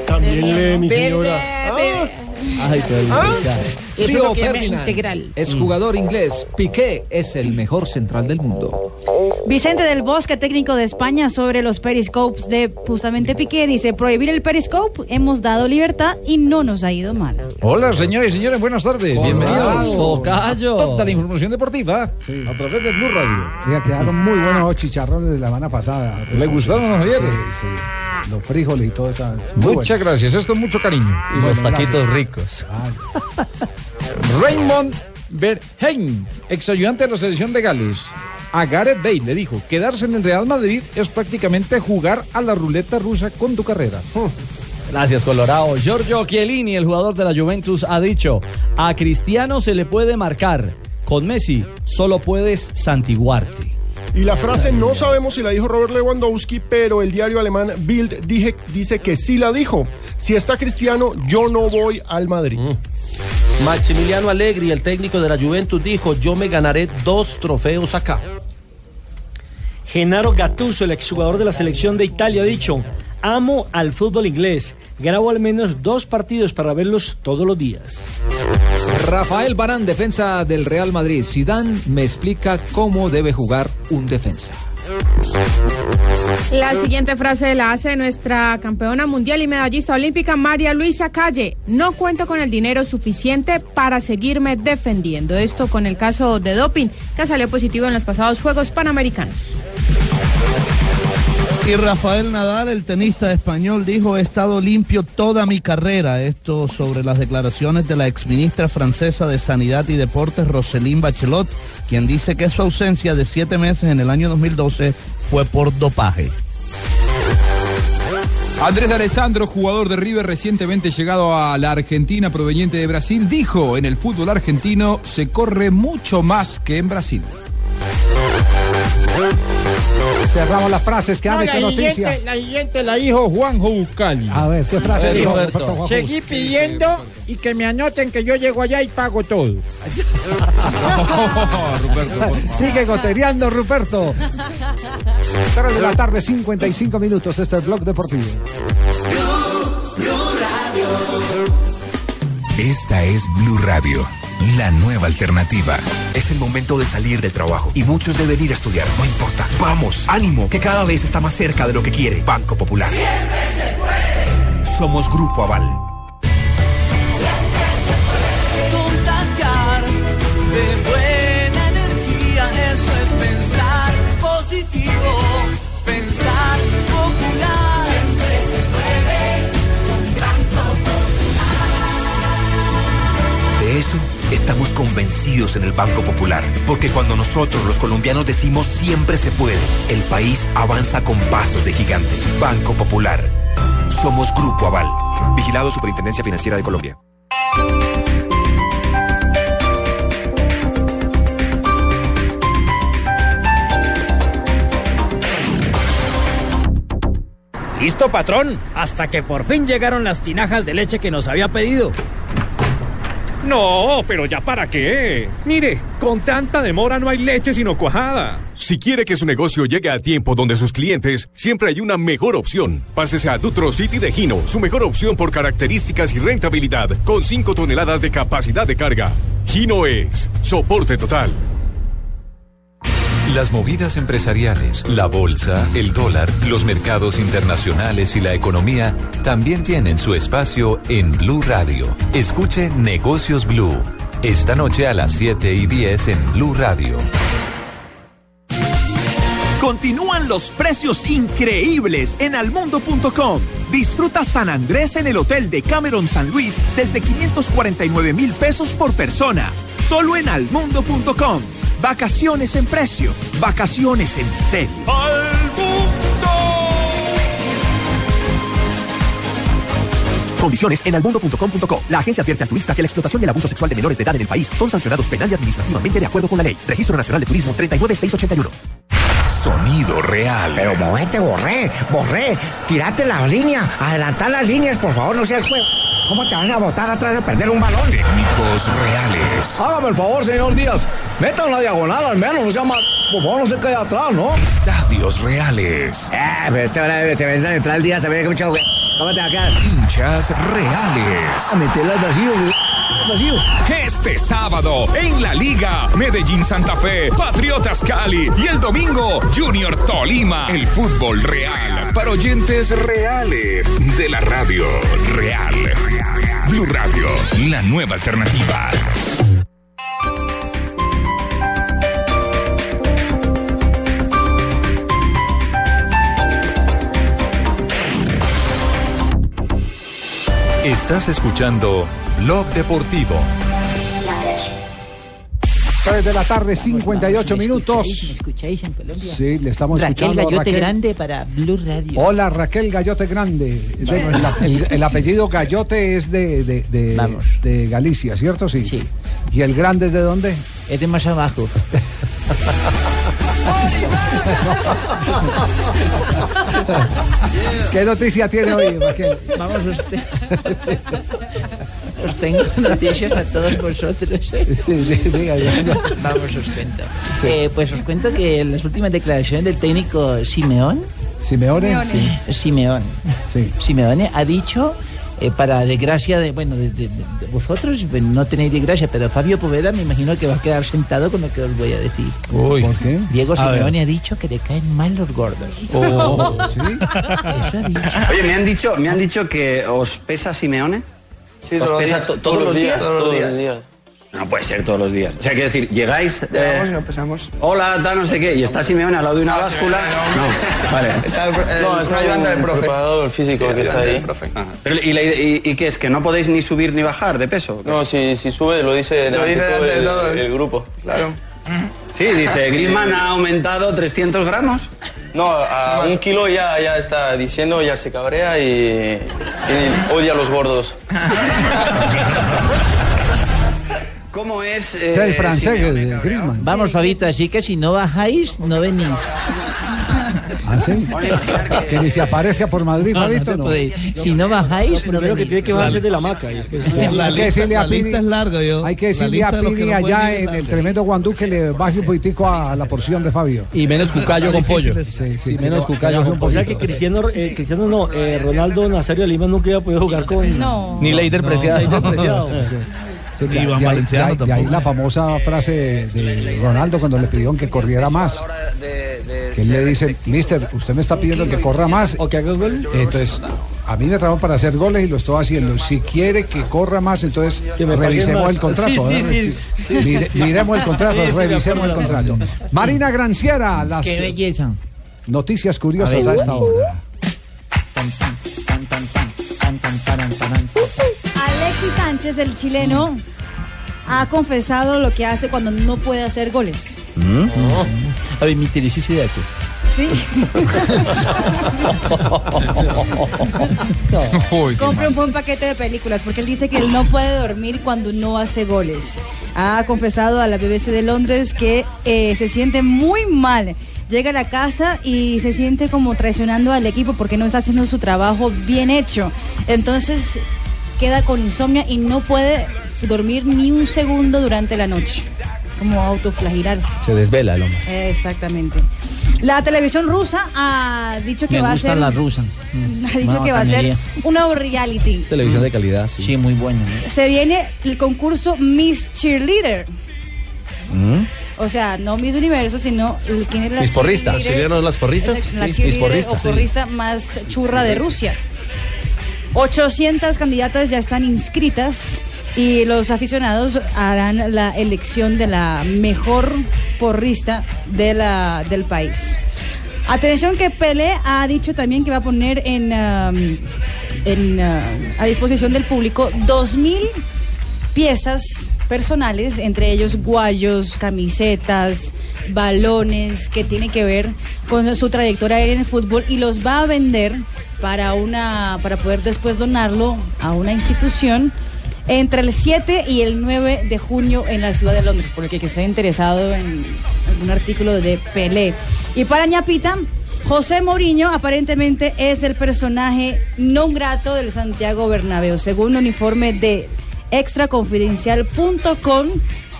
También lee mi señora. Ah. pues, Ah. Eso es Río lo que llama Ferdinand integral. Es jugador inglés. Piqué es el mejor central del mundo. Vicente del Bosque, técnico de España, sobre los periscopes de justamente Piqué, dice, prohibir el periscope, hemos dado libertad y no nos ha ido mal. Hola, señores y señores, buenas tardes. Bienvenidos. Tocayo. Toda la información deportiva a través de Blue Radio. Mira, quedaron muy buenos los chicharrones de la Habana pasada. ¿Le gustaron los Sí, ayer? sí. Los frijoles y todo eso. Muchas gracias, esto es mucho cariño. Y los taquitos ricos. Raymond Verheyen, ex ayudante de la selección de Gales, a Gareth Bale le dijo, quedarse en el Real Madrid es prácticamente jugar a la ruleta rusa con tu carrera. Gracias, Colorado. Giorgio Chiellini, el jugador de la Juventus, ha dicho: A Cristiano se le puede marcar. Con Messi solo puedes santiguarte. Y la frase no sabemos si la dijo Robert Lewandowski, pero el diario alemán Bild dije- dice que sí la dijo. Si está Cristiano, yo no voy al Madrid. Maximiliano Allegri, el técnico de la Juventus, dijo, yo me ganaré dos trofeos acá. Genaro Gattuso, el exjugador de la selección de Italia, ha dicho, amo al fútbol inglés, grabo al menos dos partidos para verlos todos los días. Rafael Barán, defensa del Real Madrid. Zidane me explica cómo debe jugar un defensa. La siguiente frase la hace nuestra campeona mundial y medallista olímpica María Luisa Calle. No cuento con el dinero suficiente para seguirme defendiendo. Esto con el caso de doping que salió positivo en los pasados Juegos Panamericanos. Y Rafael Nadal, el tenista español, dijo, he estado limpio toda mi carrera. Esto sobre las declaraciones de la exministra francesa de Sanidad y Deportes, Roselyne Bachelot, quien dice que su ausencia de siete meses en el año 2012 fue por dopaje. Andrés de Alessandro, jugador de River recientemente llegado a la Argentina proveniente de Brasil, dijo: En el fútbol argentino se corre mucho más que en Brasil. Cerramos las frases que han No, hecho Ah, la siguiente- noticia. este, La siguiente la dijo Juanjo Bucali. A ver, ¿qué frase dijo Roberto Juanjo Seguí pidiendo y que me anoten que yo llego allá y pago todo. Sigue gotereando, Ruperto. 3 de la tarde, 55 minutos. Este es el Blog Deportivo. Esta es Blue Radio, la nueva alternativa. Es el momento de salir del trabajo y muchos deben ir a estudiar. No importa. Vamos, ánimo, que cada vez está más cerca de lo que quiere. Banco Popular. Somos Grupo Aval. Contagiar de buena energía, eso es pensar positivo. Pensar convencidos en el Banco Popular, porque cuando nosotros los colombianos decimos siempre se puede, el país avanza con pasos de gigante. Banco Popular. Somos Grupo Aval. Vigilado Superintendencia Financiera de Colombia. Listo, patrón. Hasta que por fin llegaron las tinajas de leche que nos había pedido. No, pero ya para qué. Mire, con tanta demora no hay leche sino cuajada. Si quiere que su negocio llegue a tiempo donde sus clientes, siempre hay una mejor opción. Pásese a Dutro City de Gino, su mejor opción por características y rentabilidad, con 5 toneladas de capacidad de carga. Gino es soporte total. Las movidas empresariales, la bolsa, el dólar, los mercados internacionales y la economía también tienen su espacio en Blue Radio. Escuche Negocios Blue. Esta noche a las 7 y 10 en Blue Radio. Continúan los precios increíbles en almundo.com. Disfruta San Andrés en el hotel de Cameron San Luis desde 549 mil pesos por persona. Solo en almundo.com. Vacaciones en precio. Vacaciones en serio. Condiciones en almundo.com.co. La agencia advierte al turista que la explotación y el abuso sexual de menores de edad en el país son sancionados penal y administrativamente de acuerdo con la ley. Registro Nacional de Turismo 39681. Sonido real. Pero movete, borré, borré. Tirate la línea, adelantar las líneas, por favor, no seas juego. ¿Cómo te vas a botar atrás de perder un balón? Técnicos reales. Hágame el favor, señor Díaz. Meta una diagonal al menos, no sea mal. Por favor, no se quede atrás, ¿no? Estadios reales. Eh, Ah, pero este ahora te ves a entrar el Díaz también, que mucho, güey. ¿Cómo te va a quedar? Hinchas reales. A meterla al vacío, güey. Vacío. Este sábado en la Liga Medellín Santa Fe, Patriotas Cali y el domingo Junior Tolima. El fútbol real para oyentes reales de la radio real. Blue Radio, la nueva alternativa. Estás escuchando Blog Deportivo. 3 de la tarde, 58 minutos. escucháis en Colombia? Sí, le estamos Raquel escuchando. a Gallote Raquel. Grande para Blue Radio. Hola Raquel Gallote Grande. Es de- el, el apellido Gallote es de, de, de- de Galicia, ¿cierto? Sí. ¿Y el grande es de dónde? Es de más abajo. Oh. ¿Qué noticia tiene hoy, Raquel? este. Vamos usted. Os tengo noticias a todos vosotros. ¿eh? Vamos, os cuento. Eh, pues os cuento que las últimas declaraciones del técnico Simeón. ¿Simeone? Sí. Simeón. Simeone ha dicho, eh, para desgracia de, bueno, de, de- de vosotros, bueno, no tenéis desgracia, pero Fabio Poveda me imagino que va a quedar sentado con lo que os voy a decir. ¿Por qué? Diego A ver. Simeone ha dicho que le caen mal los gordos. Oh, Oye, me han dicho, me han dicho que os pesa Simeone. Sí, todos os los pesa días, to- todos, los días, todos los días. días. No puede ser todos los días. O sea, quiero decir, llegáis. Llegamos y Eh, hola, tal, no sé qué, y está Simeone al lado de una báscula. No, vale. Está el- el- no, eh, está un ayudante del profe. preparador físico que está ayudante ahí. del profe. Ajá. Pero, ¿y, la ide- y, y qué es? ¿Que no podéis ni subir ni bajar de peso? No, si, si sube lo dice Lo dice delante de delante de todo todos. el, el grupo. Claro. Sí, dice, Griezmann ah. ha aumentado 300 gramos. No, a un kilo ya, ya está diciendo, ya se cabrea y, y odia a los gordos. ¿Cómo es? Es eh, Simeone, cabrón? Vamos, Fabito, así que si no bajáis, no venís. ¿Ah, sí? Que ni se aparezca por Madrid, No, no Fabito, te no. podéis. Si no bajáis, no Primero que venís. tiene que bajarse de la maca. y después- Hay que decirle a Pini- Hay que La decirle lista a de los que Pini no pueden allá ir en está- el tremendo Guandú que le baje un poquitico a la porción de Fabio. Y menos cucayo con pollo. Sí, sí. Y menos cucayo con O sea que pollo. Cristiano, eh, Cristiano no, eh, Ronaldo Nazario de Lima nunca iba a poder jugar con. No. Ni Leider No, Preciado. Leider Preciado. Sí. Sí, Ni y, ahí- Iván y ahí- Valenciano y ahí- y ahí la famosa frase de Ronaldo cuando le pidieron que corriera más. Que él le dice, mister, usted me está pidiendo que corra más. ¿O que haga goles? Entonces, a mí me trajo para hacer goles y lo estoy haciendo. Si quiere que corra más, entonces Que me paguen revisemos más. el contrato. Sí, ¿eh? sí, sí. Sí, sí, Mire- sí. Miremos el contrato, Sí, sí, me revisemos el acuerdo. contrato. Marina Granciera, las Qué belleza. noticias curiosas A ver. a esta hora. Alexis Sánchez, el chileno, ha confesado lo que hace cuando no puede hacer goles. Mm. A ver, me interesó ese dato. ¿Sí? Uy, qué Compre mal. un buen paquete de películas porque él dice que él no puede dormir cuando no hace goles. Ha confesado a la BBC de Londres que eh, se siente muy mal. Llega a la casa y se siente como traicionando al equipo porque no está haciendo su trabajo bien hecho. Entonces queda con insomnia y no puede dormir ni un segundo durante la noche. Como autoflagelarse. Se desvela el hombre. Exactamente. La televisión rusa ha dicho que Me va a gustan ser. las rusas. Ha dicho que va a ser una reality. Televisión de calidad, sí. Sí, muy bueno. ¿eh? Se viene el concurso Miss Cheerleader. O sea, no Miss Universo, sino el, quién era la Mis porristas. cheerleader? ¿Sí vieron las porristas? Exacto, La Sí, mis cheerleader porristas, o sí. porrista más churra de Rusia. 800 candidatas ya están inscritas y los aficionados harán la elección de la mejor porrista de la, del país. Atención que Pelé ha dicho también que va a poner en, am, en, ah, a disposición del público 2.000 piezas personales, entre ellos guayos, camisetas, balones, que tiene que ver con su trayectoria en el fútbol y los va a vender para, una, para poder después donarlo a una institución entre el 7 y el 9 de junio en la ciudad de Londres, porque que esté interesado en algún artículo de Pelé. Y para ñapita, José Mourinho aparentemente es el personaje no grato del Santiago Bernabéu, según un informe de extraconfidencial.com.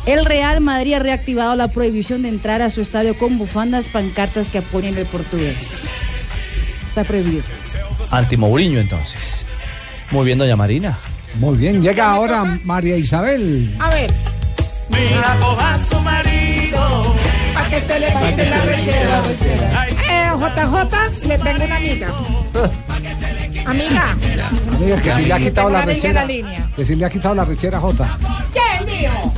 El Real Madrid ha reactivado la prohibición de entrar a su estadio con bufandas, pancartas que apoyen el portugués. Está prohibido. Anti Mourinho, entonces. Muy bien, doña Marina. Muy bien, llega ahora María Isabel. A ver. Mi hijo va a su marido. Pa' que se le quite la rechera. Eh, JJ, le tengo una amiga. Amiga, Amiga, que si le ha quitado Tengo una amiga la en rechera. la línea. Que si le ha quitado la rechera, Jota. ¿quién dijo?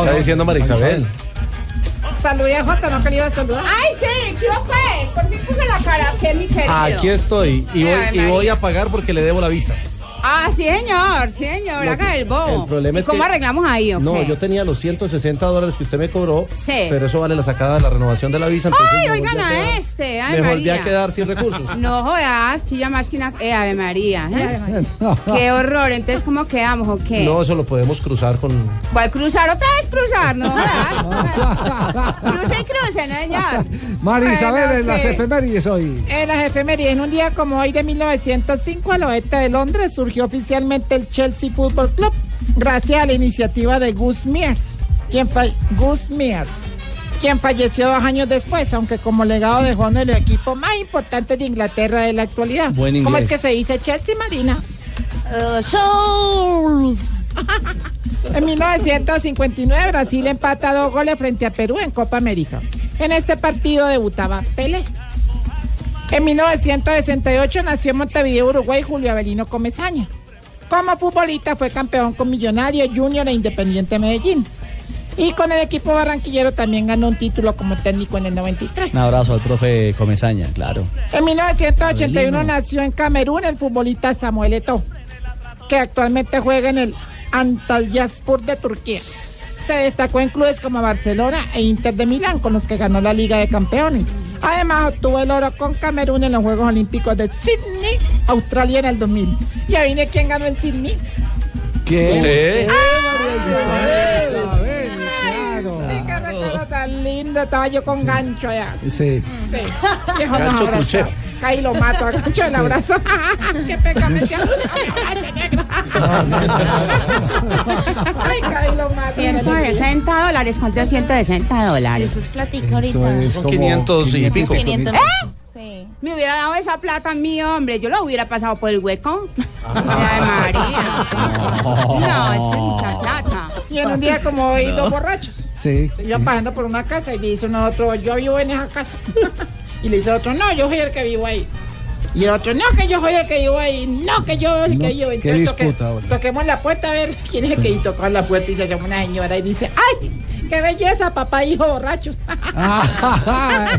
Está diciendo María Isabel. Saludé a Jota, no quería saludar. Ay, sí, ¿qué fue? Por fin puse la cara, que mi querido. Aquí estoy y voy, Ay, y voy María. a pagar porque le debo la visa. Ah, sí, señor, sí, señor, Lo haga que- el bobo. el problema ¿Y es cómo que- arreglamos ahí? o No, qué? yo tenía los 160 dólares que usted me cobró, Sí. pero eso vale la sacada de la renovación de la visa. entonces Ay, me volví oigan a quedar- a este. Ay, me María. volví a quedar sin recursos. No jodas, chilla más que una. Eh, Ave María. ¿eh? Qué horror. Entonces, ¿cómo quedamos o qué? No, eso lo podemos cruzar con. ¿Cuál cruzar? Otra vez cruzar, no jodas. cruce y cruce, ¿no, señor? María Isabel en las sí. efemérides hoy. En las efemérides, en un día como hoy de 1905, al oeste de Londres, surgió oficialmente el Chelsea Football Club, gracias a la iniciativa de Gus Mears, quien, fa- Gus Mears, quien falleció dos años después, aunque como legado dejó uno de los equipos más importantes de Inglaterra de la actualidad. Buen ¿Cómo es inglés. que se dice Chelsea, Marina? En 1959, Brasil empata dos goles frente a Perú en Copa América. En este partido debutaba Pelé. En 1968 nació en Montevideo, Uruguay, Julio Avelino Comesaña. Como futbolista fue campeón con Millonario Junior e Independiente Medellín. Y con el equipo barranquillero también ganó un título como técnico en el 93. Un abrazo al profe Comesaña, claro. En 1981 Avelino. nació en Camerún el futbolista Samuel Eto'o, que actualmente juega en el Antalyaspor de Turquía. Se destacó en clubes como Barcelona e Inter de Milán, con los que ganó la Liga de Campeones. Además, obtuvo el oro con Camerún en los Juegos Olímpicos de Sydney, Australia en el 2000. Y ahí viene quién ganó en Sydney. ¿Qué? Usted. Ay, qué recuerdo tan lindo, estaba yo con gancho allá. Sí. Sí. Viejo, nos Gancho abrazó. Cuchero. Caí lo mato, a gancho el abrazo. Qué peca me echó. Ay, caí lo mato. 160 dólares, ¿cuánto es 160 dólares? Eso es platica ahorita. Son 500 y pico. ¿Eh? Me hubiera dado esa plata a mí, hombre. Yo lo hubiera pasado por el hueco. No, es que es mucha plata. Y en un día como hoy, No. dos borrachos. Sí. Iban pasando por una casa y le dice uno a otro, yo vivo en esa casa. y le dice otro, no, yo soy el que vivo ahí. Y el otro, no, que yo soy el que vivo ahí, no, que yo soy el No, que vivo. qué Entonces toque- disputa ahora. toquemos la puerta a ver quién es el que tocó la puerta y se llama una señora y dice, ¡ay! ¡Qué belleza, papá e hijo borrachos! Ah,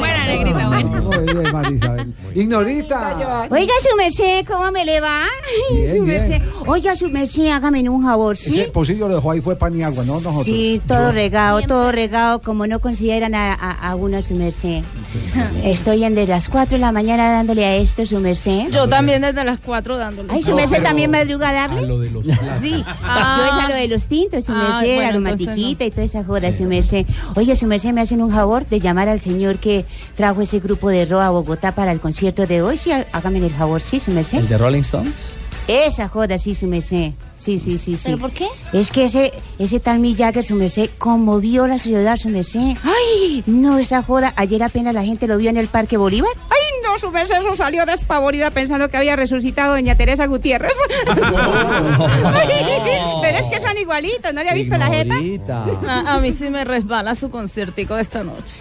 Buena, negrita, buena. Muy bien, María Isabel. Ignorita. Oiga, su merced, ¿cómo me le va? Bien, su merced. bien. oiga, su merced, hágame un favor, ¿sí? Ese pocillo lo dejó ahí, fue pan y agua, ¿no? Nosotros. Sí, todo regado, todo regado, como no consideran a, a, a uno su merced. Estoy en de las 4 de la mañana dándole a esto su merced. Yo también desde las 4 dándole. Ay, su merced también madruga a darle. Lo de los platos. Sí, Ah. yo es a lo de los tintos, su Ah, merced, bueno, aromatiquita y toda esa joda, su merced. Oye, su merced, me hacen un favor de llamar al señor que trajo ese grupo de Roa a Bogotá para el concierto de hoy. Sí, há- hágame el favor, sí, su merced. ¿El de Rolling Stones? Esa joda, sí, su merced. Sí, sí, sí, sí. ¿Pero por qué? Es que ese, ese tal Millager, su merced, conmovió la ciudad, su merced. ¡Ay! No, esa joda. Ayer apenas la gente lo vio en el Parque Bolívar. Ay, no, su merced eso salió despavorida pensando que había resucitado doña Teresa Gutiérrez. Ay, Pero es que son igualitos, ¿no le ha visto la jeta? A, a mí sí me resbala su conciertico de esta noche.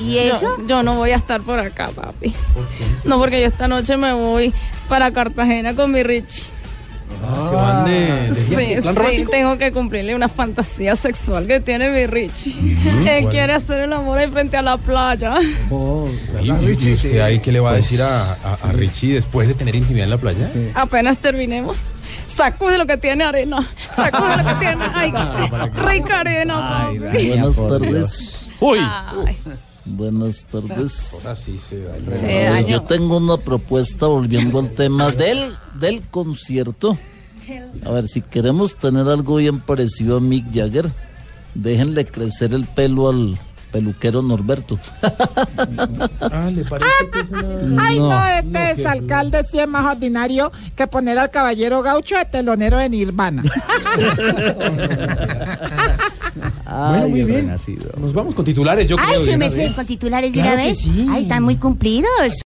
¿Y eso? Yo, no voy a estar por acá, papi. No, porque yo esta noche me voy para Cartagena con mi Richie. Se van de, de Sí, viaje, plan sí, romántico. tengo que cumplirle una fantasía sexual que tiene mi Richie. Él bueno. quiere hacer el amor ahí frente a la playa. ¿Y, y usted ahí qué le va a decir a, a- a Richie después de tener intimidad en la playa? Apenas terminemos, sacude lo que tiene arena. Sacude lo que tiene. Ay, rica arena, papi. Buenas tardes. Uy. Buenas tardes. Ahora sí se Se dañó. Yo tengo una propuesta volviendo al tema del, del concierto. A ver, si queremos tener algo bien parecido a Mick Jagger, déjenle crecer el pelo al peluquero Norberto. Ah, Ay, no, No, este es alcalde sí es más ordinario que poner al caballero gaucho de telonero de Nirvana. Bueno, muy bien. Ah, Nos vamos con titulares, yo Ay, creo. de su una merced, vez. con titulares de Claro una que vez. sí. Ay, están muy cumplidos.